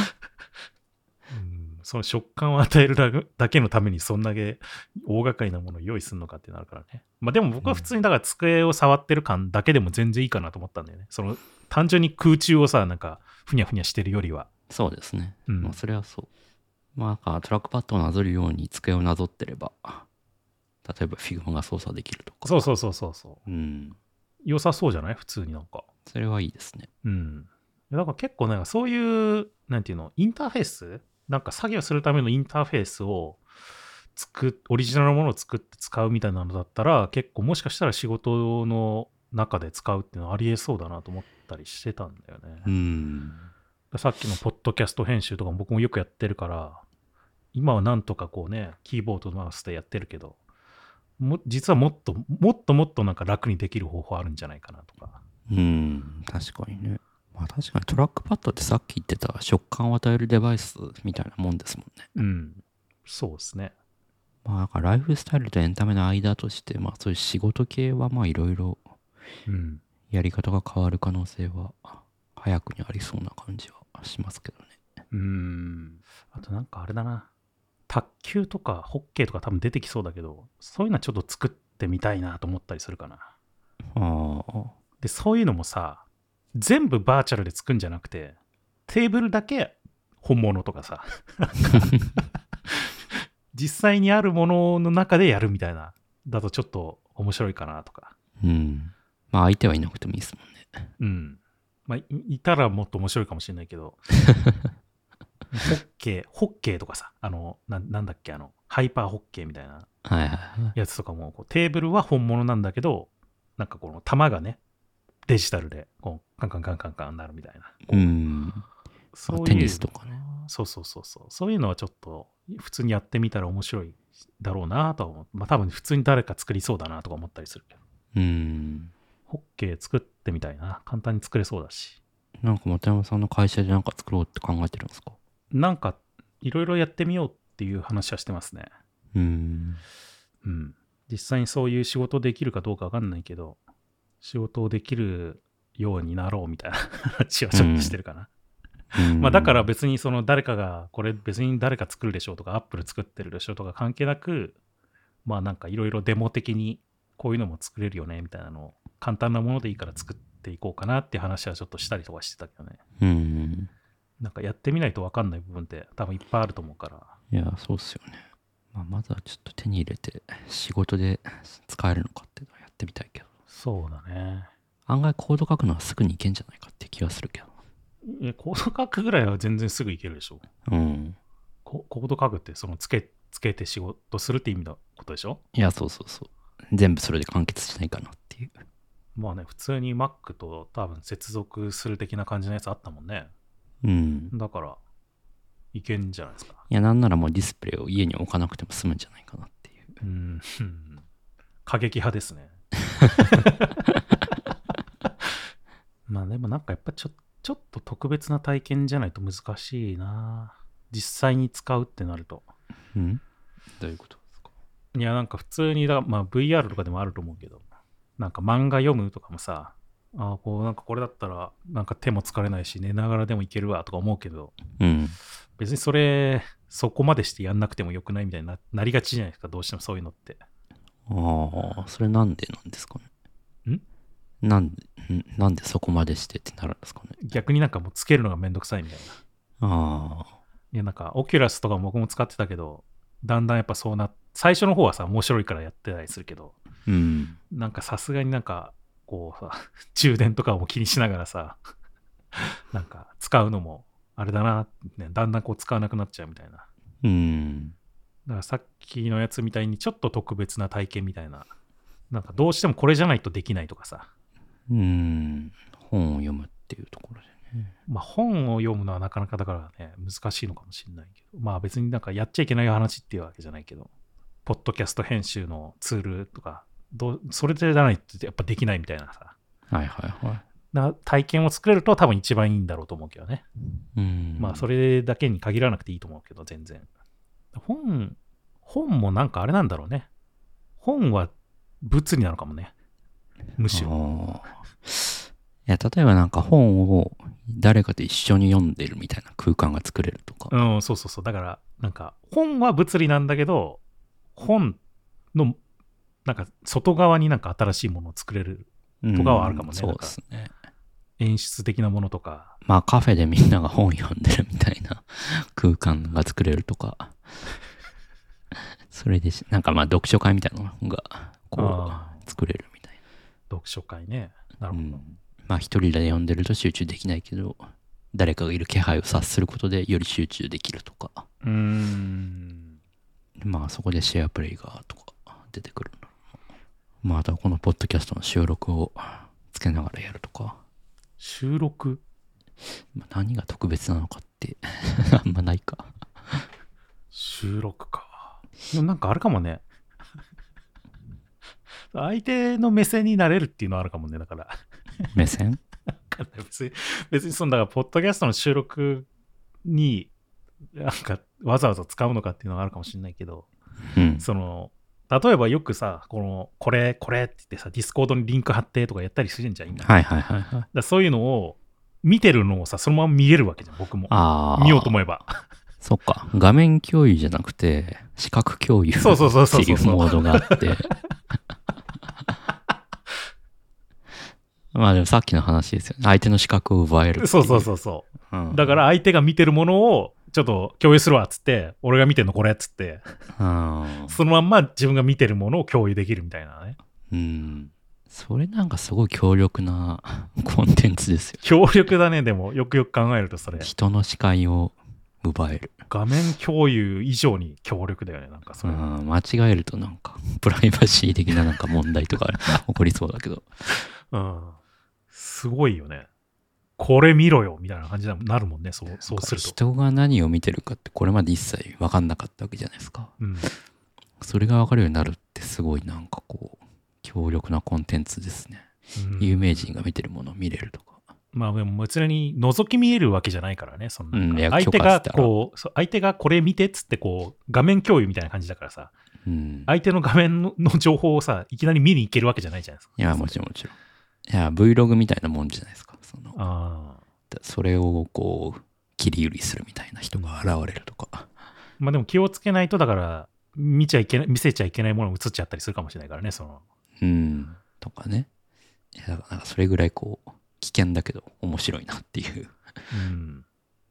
S2: うんその食感を与えるだけだけのためにそんだけ大掛かりなものを用意するのかってなるからね。まあでも僕は普通にだから机を触ってる感だけでも全然いいかなと思ったんだよね。その単純に空中をさ、なんかふにゃふにゃしてるよりは。
S1: そうですね。
S2: うん
S1: まあ、それはそう。まあ、なんかトラックパッドをなぞるように机をなぞってれば、例えば Figma が操作できるとか。
S2: そうそうそうそうそう。
S1: うん。
S2: 良さそうじゃない普通になんか。
S1: それはいいですね。
S2: うん。だから結構なんかそういう、なんていうの、インターフェースなんか作業するためのインターフェースを作っ、オリジナルのものを作って使うみたいなのだったら、結構もしかしたら仕事の中で使うっていうのはありえそうだなと思ったりしてたんだよね。
S1: うん。
S2: さっきのポッドキャスト編集とかも僕もよくやってるから、今はなんとかこうね、キーボードとマウスでやってるけど、も実はもっと、もっともっとなんか楽にできる方法あるんじゃないかなとか。
S1: うん。確かにね。まあ確かにトラックパッドってさっき言ってた食感を与えるデバイスみたいなもんですもんね。
S2: うん。そうですね。
S1: まあなんかライフスタイルとエンタメの間として、まあそういう仕事系はまあいろいろ
S2: うん。
S1: やり方が変わる可能性は早くにありそうな感じはしますけどね。
S2: うーん。あとなんかあれだな。卓球とかホッケーとか多分出てきそうだけど、そういうのはちょっと作ってみたいなと思ったりするかな。
S1: ああ。
S2: で、そういうのもさ、全部バーチャルで作るんじゃなくて、テーブルだけ本物とかさ。 実際にあるものの中でやるみたいな。だとちょっと面白いかなとか。
S1: うん。まあ相手はいなくてもいいですもんね。
S2: うん。まあ、いいたらもっと面白いかもしれないけど、ホッケー、ホッケーとかさ、あの、ななんだっけ、あの、ハイパーホッケーみたいな
S1: はいはいはい。
S2: やつとかもこうテーブルは本物なんだけどなんかこの玉がねデジタルでこうカンカンカンカンカンなるみたいな
S1: うん。
S2: そういう
S1: テニスとかね
S2: そうそうそうそうそういうのはちょっと普通にやってみたら面白いだろうなとは思うまあ多分普通に誰か作りそうだなとか思ったりするけど
S1: うん。
S2: ホッケー作ってみたいな簡単に作れそうだし
S1: なんか本山さんの会社でなんか作ろうって考えてるんですか
S2: なんかいろいろやってみようっていう話はしてますね
S1: うん。
S2: うん、実際にそういう仕事できるかどうかわかんないけど、仕事をできるようになろうみたいな話はちょっとしてるかな。まあだから別にその誰かが、これ別に誰か作るでしょうとか、アップル作ってるでしょうとか関係なく、まあなんかいろいろデモ的にこういうのも作れるよねみたいなのを簡単なものでいいから作っていこうかなっていう話はちょっとしたりとかしてたけどね。
S1: うん。
S2: なんかやってみないとわかんない部分って多分いっぱいあると思うから。
S1: いや、そうっすよね。まあ、まずはちょっと手に入れて、仕事で使えるのかっていうのはやってみたいけど。
S2: そうだね。
S1: 案外コード書くのはすぐにいけんじゃないかって気がするけど。
S2: え、コード書くぐらいは全然すぐいけるでしょ。
S1: うん。
S2: ココード書くってそのつけつけて仕事するって意味のことでしょ
S1: いや、そうそうそう。全部それで完結しないかなっていう。
S2: まあね普通に Mac と多分接続する的な感じのやつあったもんね
S1: うん。
S2: だからいけんじゃないですか
S1: いや、なんならもうディスプレイを家に置かなくても済むんじゃないかなっていう。
S2: うん過激派ですね まあでもなんかやっぱちょちょっと特別な体験じゃないと難しいな実際に使うってなると
S1: うんどういうことですか
S2: いや、なんか普通にだ、まあ、VR とかでもあると思うけど、なんか漫画読むとかもさ、ああ、こう、なんかこれだったら、なんか手も疲れないし、寝ながらでもいけるわとか思うけど、
S1: うん。
S2: 別にそれ、そこまでしてやんなくてもよくないみたいにななりがちじゃないですか、どうしてもそういうのって。
S1: ああ、それなんでなんですかね。
S2: ん
S1: なんで、んなんでそこまでしてってなるんですかね。
S2: 逆になんかもうつけるのがめんどくさいみたいな。
S1: ああ、
S2: いや、なんか、オキュラスとかも僕も使ってたけど、だんだんやっぱそうな、最初の方はさ、面白いからやってたりするけど、
S1: うん。
S2: なんかさすがになんか、こうさ、 充電とかも気にしながらさ、 なんか使うのも、あれだな、ね、だんだんこう使わなくなっちゃうみたいな。だか
S1: うん。
S2: らさっきのやつみたいにちょっと特別な体験みたいな。なんかどうしてもこれじゃないとできないとかさ。
S1: うん。本を読むっていうところでね。
S2: まあ本を読むのはなかなかだからね、難しいのかもしれないけど。まあ別になんかやっちゃいけない話っていうわけじゃないけど、ポッドキャスト編集のツールとか、どうそれじゃないとやっぱできないみたいなさ。
S1: はいはいはい。
S2: な体験を作れると多分一番いいんだろうと思うけどね。
S1: うん。
S2: まあそ
S1: れ。
S2: れだけに限らなくていいと思うけど全然本本もなんかあれなんだろうね本は物理なのかもねむしろ
S1: いや、例えばなんか本を誰かと一緒に読んでるみたいな空間が作れるとか。
S2: うんそうそうそうだからなんか本は物理なんだけど本のなんか外側になんか新しいものを作れる
S1: うん
S2: とかはあるかもね
S1: そうですね。
S2: 演出的なものとか
S1: まあカフェでみんなが本読んでるみたいな空間が作れるとか。それでし、なんかまあ読書会みたいなのが、こ
S2: あ
S1: う、作れるみたい
S2: ー読書会ねな
S1: な。
S2: るほど、
S1: うんまあ一人で読んでると集中できないけど、誰かがいる気配を察することでより集中できるとか。
S2: うーん
S1: まあそこでシェアプレイがとか出てくるんだろうなまああとはこのポッドキャストの収録をつけながらやるとか、
S2: 収録
S1: まあ何が特別なのかって あんまないか。
S2: 収録か。でもなんかあるかもね。 相手の目線になれるっていうのはあるかもね。だから、
S1: 目線
S2: わかんない別に、別にその、だから、ポッドキャストの収録に、なんか、わざわざ使うのかっていうのはあるかもしれないけど、
S1: うん。
S2: その、例えばよくさ、この、これ、これって言ってさ、ディスコードにリンク貼ってとかやったりするんじゃん、今。だか
S1: はいはいはいはい。
S2: らそういうのを、見てるのをさ、そのまま見れるわけじゃん、僕も。
S1: ああ。
S2: 見ようと思えば。
S1: そっか。画面共有じゃなくて、視覚共有
S2: そうそうそうそう
S1: って
S2: そう
S1: いうモードがあって。まあでもさっきの話ですよね。相手の視覚を奪える。
S2: そうそうそうそう。
S1: うん。
S2: だから相手が見てるものをちょっと共有するわっつって俺が見てんのこれっつって
S1: うん。
S2: そのまんま自分が見てるものを共有できるみたいなね
S1: うん。それなんかすごい強力な コンテンツですよ。
S2: 強力だねでもよくよく考えるとそれ
S1: 人の視界を奪える。
S2: 画面共有以上に強力だよねなんかそうれ、
S1: ん、間違えるとなんか、プライバシー的ななんか問題と か起こりそうだけど。
S2: うん、すごいよねこれ見ろよみたいな感じになるもんねそうそうすると、
S1: 人が何を見てるかってこれまで一切分かんなかったわけじゃないですか。
S2: うん、
S1: それが分かるようになるってすごいなんかこう、強力なコンテンツですね。
S2: うん
S1: 有名人が見てるものを見れるとか。
S2: まあでも別に覗き見えるわけじゃないからねそのなん
S1: う
S2: か
S1: んいや
S2: 相手
S1: 許可
S2: が
S1: っつったら
S2: こうそう相手がこれ見てっつってこう画面共有みたいな感じだからさ
S1: うん。
S2: 相手の画面のの情報をさ、いきなり見に行けるわけじゃないじゃないですか。
S1: いや、もちろんもちろん。いや、Vlog みたいなもんじゃないですか。その
S2: ああ。
S1: それをこう切り売りするみたいな人が現れるとか、
S2: まあでも気をつけないと、だから、見ちゃいけない、見せちゃいけないものが映っちゃったりするかもしれないからね、その。
S1: うん、とかねいやだからなんかそれぐらいこう危険だけど面白いなっていう
S2: うん。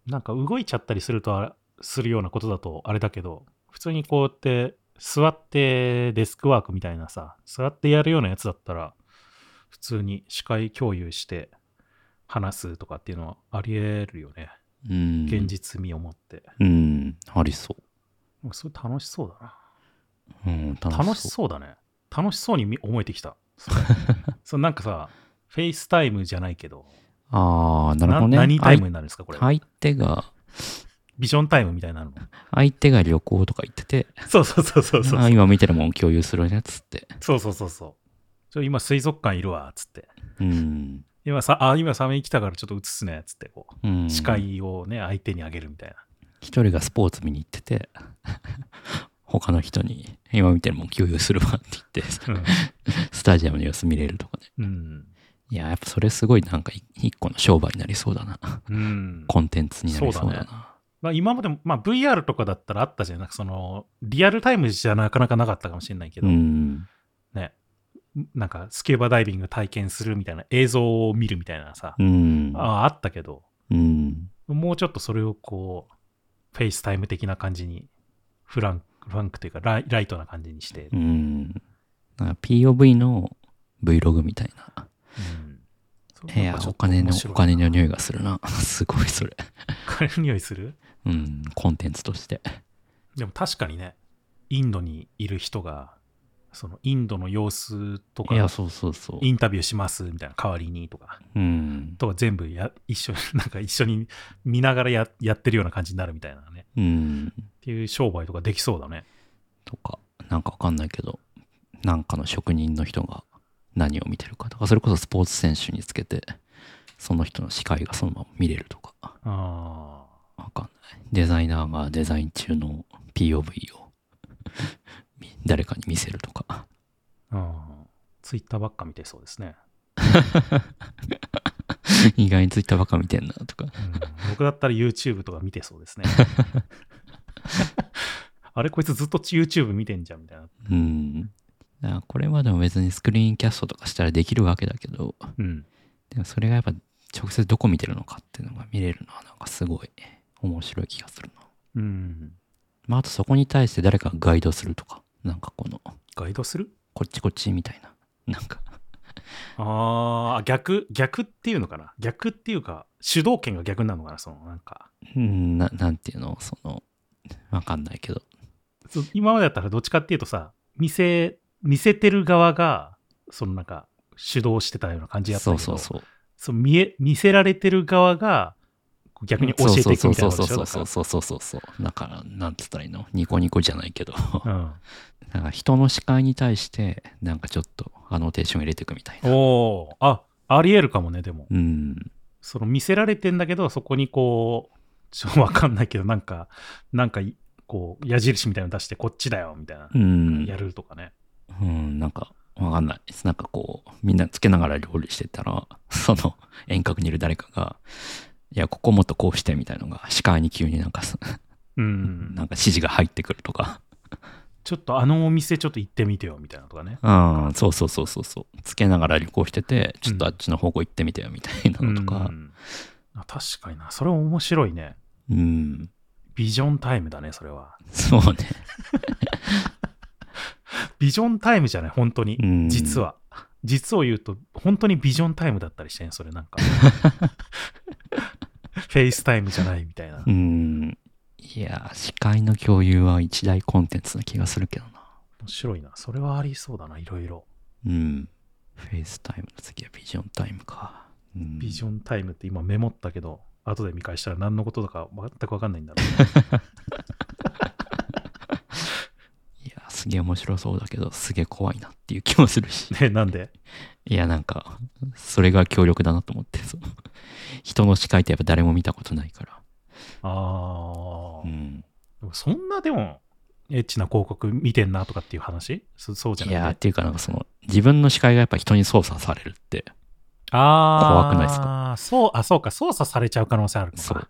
S2: なんか動いちゃったりすると、あするようなことだとあれだけど、普通にこうやって、座ってデスクワークみたいなさ、座ってやるようなやつだったら、普通に視界共有して話すとかっていうのはあり得るよね。
S1: うん
S2: 現実味を持って。
S1: うんありそ
S2: なんかそれ楽しそうだな。
S1: う、うん、楽しそう
S2: 楽しそうだね楽しそうにみ思えてきたそれ そうなんかさフェイスタイムじゃないけど
S1: ああなるほどね
S2: 何タイムになるんですかこれ、
S1: 相相手が
S2: ビジョンタイムみたいなの
S1: 相手が旅行とか行ってて
S2: そうそうそうそうそう
S1: あ今見てるもん共有するねっつって
S2: そうそうそうそうちょ今水族館いるわっつって
S1: うん、
S2: 今さあ今サメ来たからちょっと映すねっつってこう
S1: うん、
S2: 視界をね相手にあげるみたいな
S1: 一人がスポーツ見に行ってて 他の人に今見てるもん共有するわって言って スタジアムの様子見れるとかね。
S2: うん、うん
S1: いや、やっぱそれすごいなんかい一個の商売になりそうだな。
S2: うん
S1: コンテンツになりそうだな。
S2: そうまあ、今までも、まあ、VR とかだったらあったじゃんなんかそのリアルタイムじゃなかなかなかったかもしれないけど、
S1: うん。
S2: ね、なんかスキューバダイビング体験するみたいな映像を見るみたいなさ、
S1: うん。
S2: あああったけど、
S1: うん。
S2: もうちょっとそれをこう、フェイスタイム的な感じに、フランク、フランクというかライ、ライトな感じにして、
S1: う
S2: うん
S1: ん。なんか POV の Vlog みたいな。
S2: それ
S1: いや
S2: なんか、ちょ
S1: お
S2: っと面
S1: 金の、
S2: 白
S1: お
S2: いな
S1: 金の匂いがするな。 すごいそれ。
S2: お金の匂いする
S1: うん。コンテンツとして。
S2: でも確かにね、インドにいる人が、そのインドの様子と
S1: い
S2: か
S1: や、、そうそうそう。
S2: インタビューしますみたいな代わりにとか、
S1: うん。
S2: とか全部や一緒に、なんか一緒に見ながらややってるような感じになるみたいなね。
S1: うん。
S2: っていう商売とかできそうだね。
S1: とか、なんかわかんないけど、なんかの職人の人が何を見てるかとか、それこそスポーツ選手につけて、その人の視界がそのまま見れるとか、
S2: あ
S1: わかんない。デザイナーがデザイン中の POV を み誰かに見せるとか。
S2: ーあー。ツイッターばっか見てそうですね。
S1: 意外にツイッターばっか見てんなとか。
S2: うん 僕だったら YouTube とか見てそうですね。 あれこいつずっと YouTube 見てんじゃんみたいな。
S1: うん。だからこれまでも別にスクリーンキャストとかしたらできるわけだけど、
S2: うん。
S1: でもそれがやっぱ直接どこ見てるのかっていうのが見れるのはなんかすごい面白い気がするな。
S2: うん。
S1: まああとそこに対して誰かがガイドするとか、なんかこの、
S2: ガイドする
S1: こっちこっちみたいな、なんか、
S2: ああ、逆、逆っていうのかな。逆っていうか、主導権が逆なのかな、そのなんか。
S1: うんななんていうの、その、わかんないけど、
S2: そう今までだったらどっちかっていうとさ、見せ、見せてる側が、そのなんか、主導してたような感じやったけ
S1: そ
S2: ど、
S1: うそうそう。
S2: そう見え見せられてる側が、こう逆に教えていくみたいなこと
S1: そう
S2: でし
S1: そ
S2: ょ
S1: うそうそうそうそうそうそうだからなんつったらいいのニコニコじゃないけど
S2: だから
S1: なんか人の視界に対してなんかちょっとアノテーション入れていくみたい
S2: うん。
S1: な
S2: おおあ、ありえるかもね、でも。
S1: うん
S2: その見せられてんだけど、そこにこう、ちょっとわかんないけど、なんか、なんかい、こう、矢印みたいなの出して、こっちだよ、みたいな
S1: う、ん
S2: やるとかね。
S1: うんなんかわかんないですなんかこうみんなつけながら料理してたら その遠隔にいる誰かがいやここもっとこうしてみたいのが視界に急になんかす
S2: うん。
S1: なんか指示が入ってくるとか
S2: ちょっとあのお店ちょっと行ってみてよ、みたいなとかね。
S1: うんそうそうそうそうそうつけながら旅行しててちょっとあっちの方向行ってみてよみたいなのとか
S2: うんあ確かにな。それ面白いね。
S1: うん
S2: ビジョンタイムだね、それは。
S1: そうね
S2: ビジョンタイムじゃない、本当に。
S1: うん
S2: 実は。実を言うと、本当にビジョンタイムだったりしてね、それ なんか。フェイスタイムじゃないみたいな
S1: う。ん。いやー、視界の共有は一大コンテンツな気がするけどな。
S2: 面白いな。それはありそうだな、いろいろ。
S1: うん。フェイスタイムの次はビジョンタイムか。うん、
S2: ビジ
S1: ョン。
S2: ョンタイムって今メモったけど、後で見返したら何のことだか全く分かんないんだろ
S1: いやー、すげえ面白そうだけど、すげえ怖いなっていう気もするし
S2: う。。 ね、なんで
S1: いや、なんか、それが強力だなと思って、その 人の視界ってやっぱ誰も見たことないから。
S2: あ
S1: う、
S2: あ
S1: ん。
S2: でもそんなでも、エッチな広告見てんなとかっていう話そそうじゃ
S1: い
S2: なくて。
S1: やー、っていうかなんかその、自分の視界がやっぱ人に操作されるって、
S2: あ
S1: 怖くないです
S2: かそう、あ、そうか、操作されちゃう可能性あるのか。
S1: そう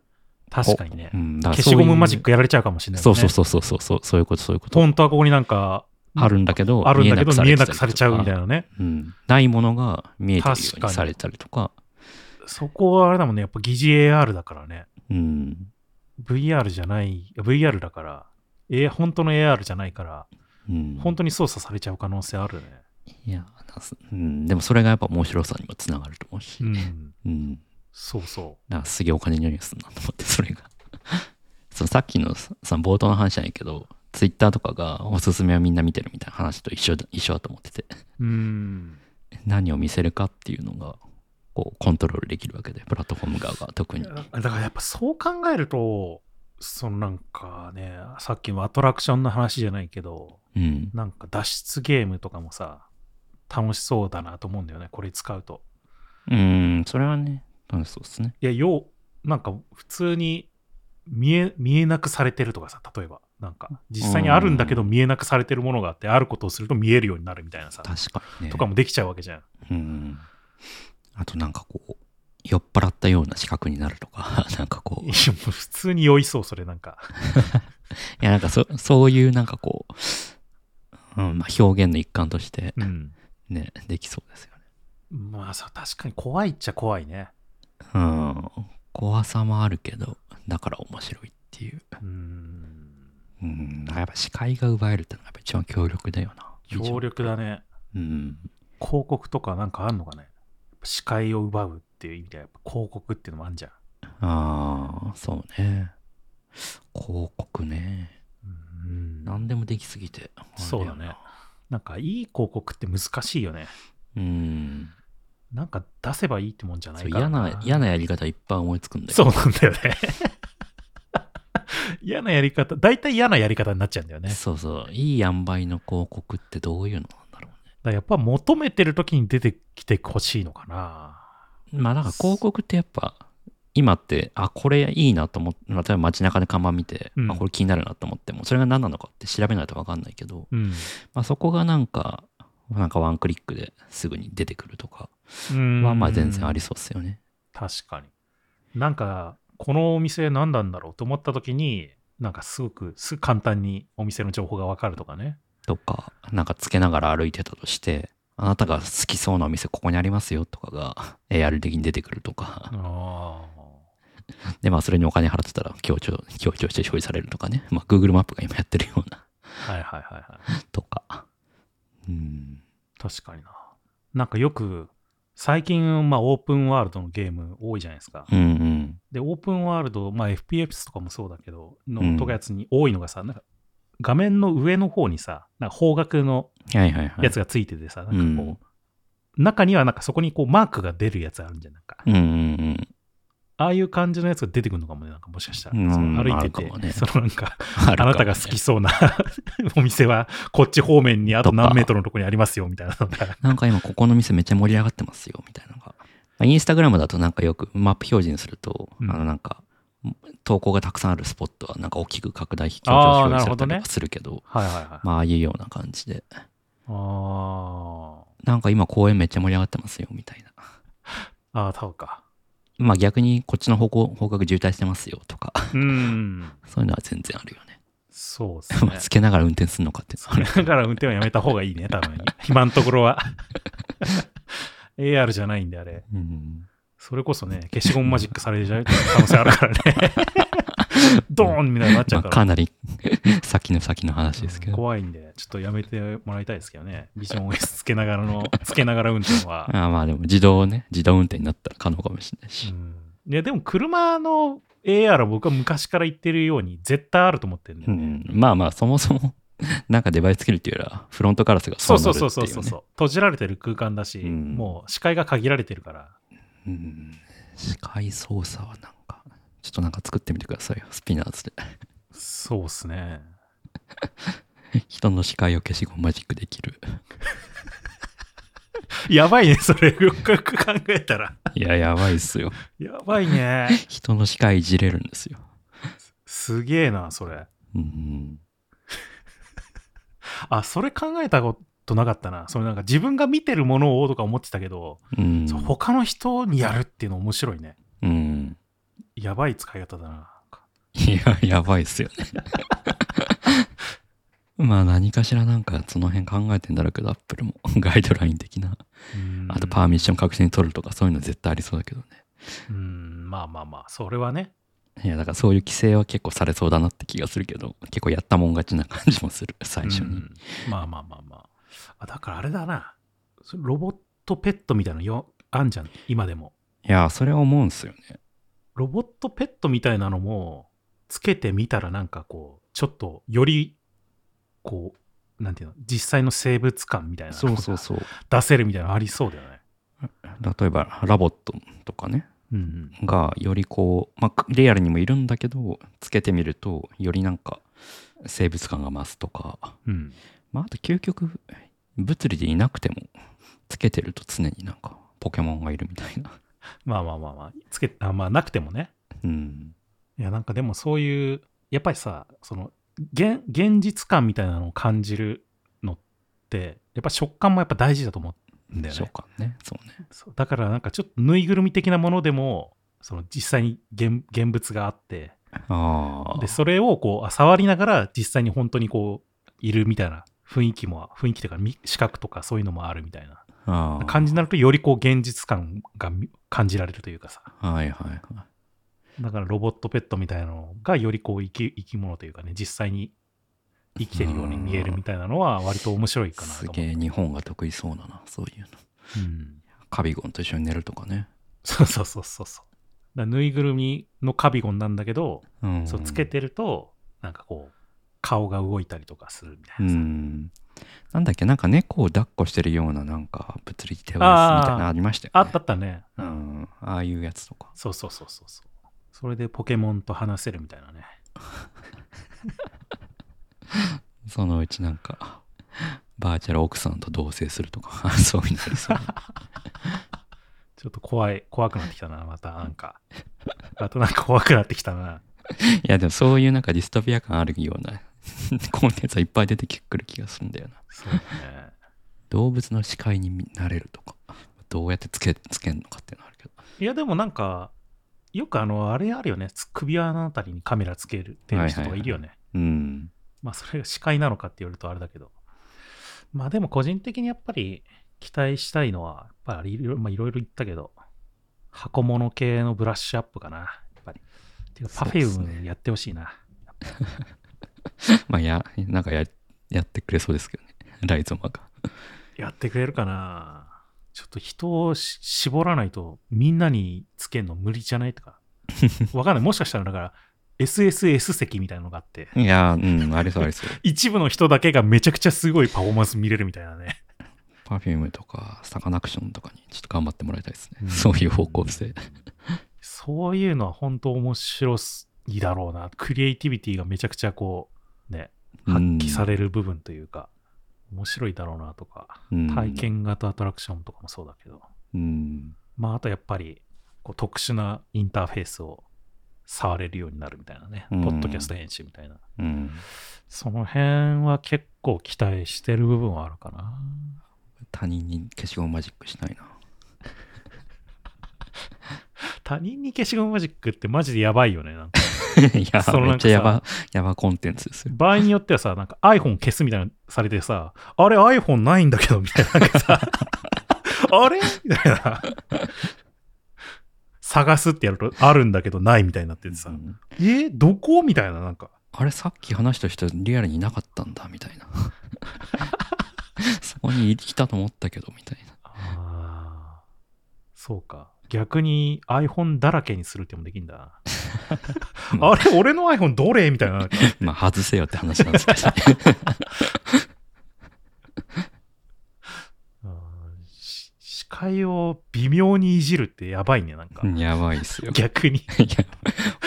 S2: 確かにね
S1: う。ん、だから
S2: 消
S1: そういう
S2: しゴムマジックやられちゃうかもしれない、ね。
S1: そうそうそうそうそうそう、そういうこと、そういうこと。
S2: 本当はここになんか、
S1: あるんだけど、
S2: あるんだけど見えなくさ
S1: たり
S2: れ
S1: と
S2: ちゃうみたいなね。
S1: うん、ないものが見えてるよ
S2: 確
S1: う
S2: か
S1: に
S2: に
S1: されたりとか、
S2: そこはあれだもんね、やっぱ疑似 AR だからね。
S1: うん、
S2: VR じゃない、VR だから、えー本当の AR じゃないから、
S1: うん、
S2: 本当に操作されちゃう可能性あるね。
S1: いや、なんすうん、でもそれがやっぱ面白さにもつながると思うし、
S2: うん。
S1: うん、
S2: そうそ
S1: なんかすげえお金のニュースになと思って、それが。 そのさっきのさその冒頭の話じゃないけど、ツイッターとかがおすすめはみんな見てるみたいな話と一緒だ一緒だと思ってて、
S2: う。うん。
S1: 何を見せるかっていうのが、こうコントロールできるわけで、プラットフォーム側が特に。
S2: だからやっぱそう考えると、そのなんかね、さっきのアトラクションの話じゃないけど、
S1: うん、
S2: なんか脱出ゲームとかもさ、楽しそうだなと思うんだよね、これ使うと。
S1: うん、それはね、楽しそうですね。
S2: いや、よう、なんか普通に見え、見えなくされてるとかさ、例えば、なんか、実際にあるんだけど見えなくされてるものがあって、あることをすると見えるようになるみたいなさ、
S1: 確かにね。
S2: とかもできちゃうわけじゃん。
S1: うん。あとなんかこう、酔っ払ったような視覚になるとか、 なんかこ、
S2: いうや
S1: い
S2: もう普通に酔いそう、それな んか。
S1: やなんかそそういうなんかこう、うんまあ、表現の一環として
S2: うん。
S1: ね、できそうですよね。
S2: まあさ、確かに怖いっちゃ怖いね。
S1: うん。怖さもあるけど、だから面白いっていう。
S2: うーん。
S1: うん。だからやっぱ視界が奪えるってのがやっぱ一番強力だよな。
S2: 強力だね。
S1: うん。
S2: 広告とかなんかあんのかね。視界を奪うっていう意味では、やっぱ広告っていうのもあんじゃん。
S1: ああ、そうね。広告ね。
S2: うん
S1: 何でもできすぎて。
S2: そうだね
S1: あれよ
S2: なんかいい広告って難しいよね。
S1: な。うん。
S2: なんか出せばいいってもんじゃな
S1: そう
S2: いから
S1: 嫌な、嫌なやり方いっぱい思いつくんだけど
S2: そうなんだよね。 嫌なやり方、大体嫌なやり方になっちゃうんだよね。だか
S1: そうそう。いい塩梅の広告ってどういうのなんだろ
S2: らやっぱ求めてる時に出てきてほしいのかな。
S1: うまあなんか広告ってやっぱ今ってあこれいいなと思って例えば街中で看板見て、
S2: うん
S1: あこれ気になるなと思ってもそれが何なのかって調べないと分かんないけど、
S2: うん。
S1: まあ、そこがなんかなんかワンクリックですぐに出てくるとか
S2: うん
S1: はまあ全然ありそうですよね。
S2: 確かに。なんか、このお店何なんだろうと思った時に、なんかすごく、すぐ簡単にお店の情報がわかるとかね。
S1: とかなんかつけながら歩いてたとしてあなたが好きそうなお店ここにありますよとかが AR 的に出てくるとか、
S2: あ
S1: でまあそれにお金払ってたら強調強調して表示されるとかね、まあ、Google マップが今やってるような
S2: あ。はいはいはいはい。
S1: とか。うん
S2: 確かにな。なんかよく、最近、まあ、オープンワールドのゲーム多いじゃないですか。
S1: うんうん
S2: で、オープンワールド、まあ、FPS とかもそうだけど、
S1: うん
S2: のとかやつに多いのがさ、なんか画面の上の方にさ、なんか方角の
S1: はいはいはい。
S2: やつがついててさ、なんかこう
S1: う、ん
S2: 中にはなんかそこにこうマークが出るやつあるんじゃんなんか。
S1: うん うん
S2: ああいう感じのやつが出てくるのかもね、なんかもしかしたら。
S1: うん
S2: その歩い
S1: あ
S2: て
S1: るかも
S2: て、
S1: ね
S2: そのなんか、
S1: あるかも
S2: あ
S1: ね
S2: なたが好きそうな お店は、こっち方面にあと何メートルのとこにありますよ、みたいな。なんか
S1: なんか今ここの店めっちゃ盛り上がってますよみたいなのが。インスタグラムだとなんかよくマップ表示にすると、
S2: うん
S1: あのなんか投稿がたくさんあるスポットはなんか大きく拡大強調表示されたり
S2: あーなるほど
S1: と
S2: ね
S1: かするけど、
S2: はいはいはい。
S1: まあああいうような感じで、
S2: あ
S1: なんか今公園めっちゃ盛り上がってますよみたいな。
S2: ーあー、そうか。
S1: まあ逆にこっちの方向、方角渋滞してますよとか、
S2: うん。
S1: そういうのは全然あるよね。
S2: そうで す
S1: まあ
S2: ね。
S1: つけながら運転するのかって。
S2: それだから運転はやめた方がいいね、多分。今のところは。AR じゃないんで、あれ。
S1: うん
S2: それこそね、消しゴムマジックされちゃう可能性あるからね。ドーンみたいになっちゃ
S1: まあ、
S2: うから
S1: か。なり 先の先の話ですけど。
S2: 怖いんで、ちょっとやめてもらいたいですけどね。ビジョン OS つけながらの、 つけながら運転は。
S1: ああまあでも自動ね、自動運転になったら可能かもしれないし。
S2: うん、いや、でも車の AR は僕は昔から言ってるように、絶対あると思ってるんだ
S1: う
S2: よね。
S1: ん、まあまあそもそも なんかデバイスつけるっていうよりはフロントガラスがそ
S2: そうう
S1: な
S2: そ
S1: るって
S2: う
S1: い、ね、
S2: そううそうそうそう。閉じられてる空間だし、
S1: うん
S2: もう視界が限られてるから。
S1: うん視界操作はなんかちょっとなんか作ってみてくださいよスピナーズで
S2: そうっすね。
S1: 人の視界を消しゴムマジックできる
S2: やばいね、それ。よくよく考えたら。
S1: いややばいっすよ
S2: やばいね。
S1: 人の視界いじれるんですよ
S2: すげえな、それ。
S1: うん
S2: あ、それ考えたことなかったな。そのなんか自分が見てるものをとか思ってたけど、
S1: うん
S2: そう他の人にやるっていうの面白いね。
S1: うん
S2: やばい使い方だな。
S1: いややばいっすよね まあ何かしらなんかその辺考えてんだろうけどアップルも ガイドライン的な
S2: うん
S1: あとパーミッション確実に取るとかそういうの絶対ありそうだけどね
S2: うん、まあまあまあ、それはね。
S1: いやだからそういう規制は結構されそうだなって気がするけど結構やったもん勝ちな感じもす る最初に、
S2: うんまあまあまあまあ。あだからあれだな。そロボットペットみたいなのよあんじゃん、今でも。
S1: いやそれは思うんすよね
S2: ロボットペットみたいなのも、つけてみたらなんかこう、ちょっとより、こう、なんていうの、実際の生物感みたいなのが
S1: そう
S2: 出せるみたいなのありそうだよね。
S1: 例えばラボットとかね
S2: うんうん、
S1: がよりこう、まあ、リアルにもいるんだけどつけてみるとよりなんか生物感が増すとか、
S2: うん、
S1: まあ、あと究極物理でいなくてもつけてると常になんかポケモンがいるみたいな
S2: まあまあまあまあつけあまあなくてもね
S1: うん
S2: いやなんかでもそういうやっぱりさその現現実感みたいなのを感じるのってやっぱ食感もやっぱ大事だと思うんだよ
S1: そう
S2: ね
S1: かねそうね
S2: そうだからなんかちょっとぬいぐるみ的なものでもその実際に現現物があって
S1: ああ
S2: でそれをこうあ触りながら実際に本当にこういるみたいな雰囲気も雰囲気というかみ視覚とかそういうのもあるみたいな
S1: あー
S2: 感じになるとよりこう現実感がみ感じられるというかさ
S1: はいはいはい
S2: だからロボットペットみたいなのがよりこう生き生き物というかね実際に生きてるように見えるみたいなのは割と面白いかなと
S1: す
S2: 思う
S1: げえ日本が得意そうだなそういうの
S2: うん
S1: カビゴンと一緒に寝るとかね、
S2: そうそうそうそうそうだからぬいぐるみのカビゴンなんだけど、
S1: うん
S2: そうつけてるとなんかこう顔が動いたりとかするみた
S1: う
S2: いなさ、
S1: んなんだっけなんか猫を抱っこしてるようななんか物理手話みたいなのありましたよね
S2: あったあったね、
S1: うん、ああいうやつとか
S2: そうそうそうそうそうそれでポケモンと話せるみたいなね
S1: そのうちなんか バーチャル奥さんと同棲するとかそういうのありそう
S2: ちょっと怖い、怖くなってきたな、またなんか。またなんか怖くなってきたな。
S1: いやでもそういうなんかディストピア感あるようなコンテンツはいっぱい出てくる気がするんだよな。
S2: そうだね。
S1: 動物の視界になれるとか、どうやってつけつけんのかっていうのはあるけど。
S2: いや、でもなんか、よくあの、あれあるよね。つ首輪のあたりにカメラつけるっていう人とかいるよね。
S1: うん。
S2: まあ、それが視界なのかって言われるとあれだけど。まあ、でも個人的にやっぱり期待したいのは、やっぱりいろいろまあいろいろ言ったけど、箱物系のブラッシュアップかな。やっぱり。ていうか、パフェ
S1: そう
S2: ー
S1: です
S2: ムやってほしいな。
S1: まあや、なんかややってくれそうですけどね。 ライゾマが。
S2: やってくれるかなちょっと人をし絞らないとみんなにつけるの無理じゃない とか。わかんない。もしかしたらだから SSS 席みたいなのがあって、
S1: いやー、うん、ありそうありそう。
S2: 一部の人だけがめちゃくちゃすごいパフォーマンス見れるみたいなね。
S1: パフュームとか、サカナクションとかにちょっと頑張ってもらいたいですね。
S2: うん
S1: そういう方向性。
S2: そういうのは本当面白いだろうな。クリエイティビティがめちゃくちゃこう、ね、発揮される部分というか、面白いだろうなとか、
S1: うん
S2: 体。験型アトラクションとかもそうだけど。
S1: うん。
S2: まあ、あとやっぱりこう特殊なインターフェースを触れるようになるみたいなね、
S1: うん
S2: ポッドキャスト編集みたいな。
S1: うん。
S2: その辺は結構期待してる部分はあるかな。
S1: 他人に消しゴムマジックしないな。
S2: 他人に消しゴムマジックってマジでやばいよね。なんか
S1: いや
S2: その
S1: め
S2: な
S1: っ
S2: んか
S1: ちゃ
S2: さ
S1: やば、やばコンテンツですよ。
S2: 場合によってはさ、なんか iPhone 消すみたいなのされてさ、あれ iPhone ないんだけどみたいな。なんかさあれみたいな。探すってやるとあるんだけどないみたいになっててさ、
S1: うん
S2: えどこみたいななんか
S1: あれさっき話した人リアルにいなかったんだみたい なそこにいたと思ったけどみたいな。
S2: ああ、そうか。逆に iPhone だらけにするってもできんだ
S1: まあ
S2: あれ、俺の iPhone どれみたいな。
S1: まあ外せよって話なんですけど
S2: うんし視界を微妙にいじるってやばいね、なんか
S1: う。んやばいっすよい
S2: 逆に。
S1: や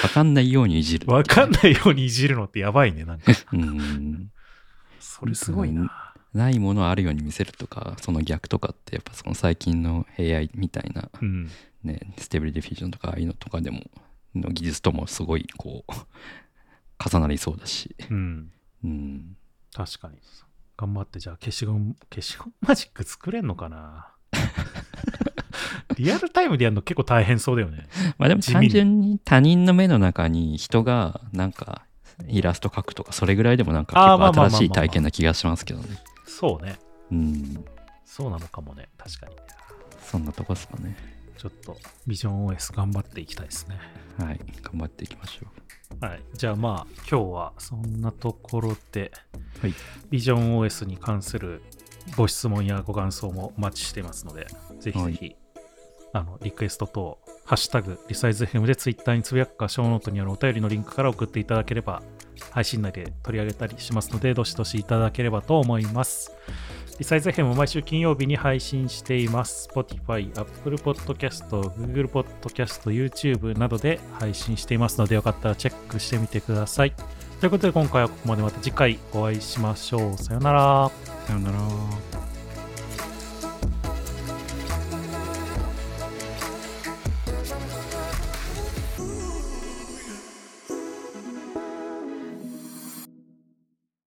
S1: わかんないようにいじる
S2: わかんないようにいじるのってやばいね、なんか。
S1: うん
S2: それすごいな。
S1: ないものをあるように見せるとかその逆とかってやっぱその最近の AI みたいな
S2: うん。
S1: ねステーブルディフュージョンとかああいうのとかでもの技術ともすごいこう重なりそうだし
S2: うん。
S1: うん
S2: 確かに。頑張って、じゃあ消しゴム、消しゴムマジック作れんのかなリアルタイムでやるの結構大変そうだよね。
S1: まあでも
S2: 地味に
S1: 単純に他人の目の中に人がなんかイラスト描くとかそれぐらいでもなんか
S2: あーまあ
S1: 結
S2: まあ
S1: 構
S2: まあまあ
S1: 新しい体験な気がしますけどね。
S2: そうね。
S1: うん。
S2: そうなのかもね。確かに。
S1: そんなとこですかね。
S2: ちょっとビジョン OS 頑張っていきたいですね。
S1: はい。頑張っていきましょ
S2: はい。じゃあまあ今日はそんなところで、
S1: う。はい。
S2: ビジョン OS に関するご質問やご感想もお待ちしていますので、ぜひぜひ、あのリクエスト等、ハッシュタグリサイズ FM でツイッターにつぶやくか、ショーノートにあるお便りのリンクから送っていただければ、配信内で取り上げたりしますので、どしどしいただければと思います。リサイズ FM を毎週金曜日に配信しています。Spotify、Apple Podcast、Google Podcast、YouTube などで配信していますので、よかったらチェックしてみてください。ということで今回はここまでまた次回お会いしましょう。さよなら。
S1: さよなら。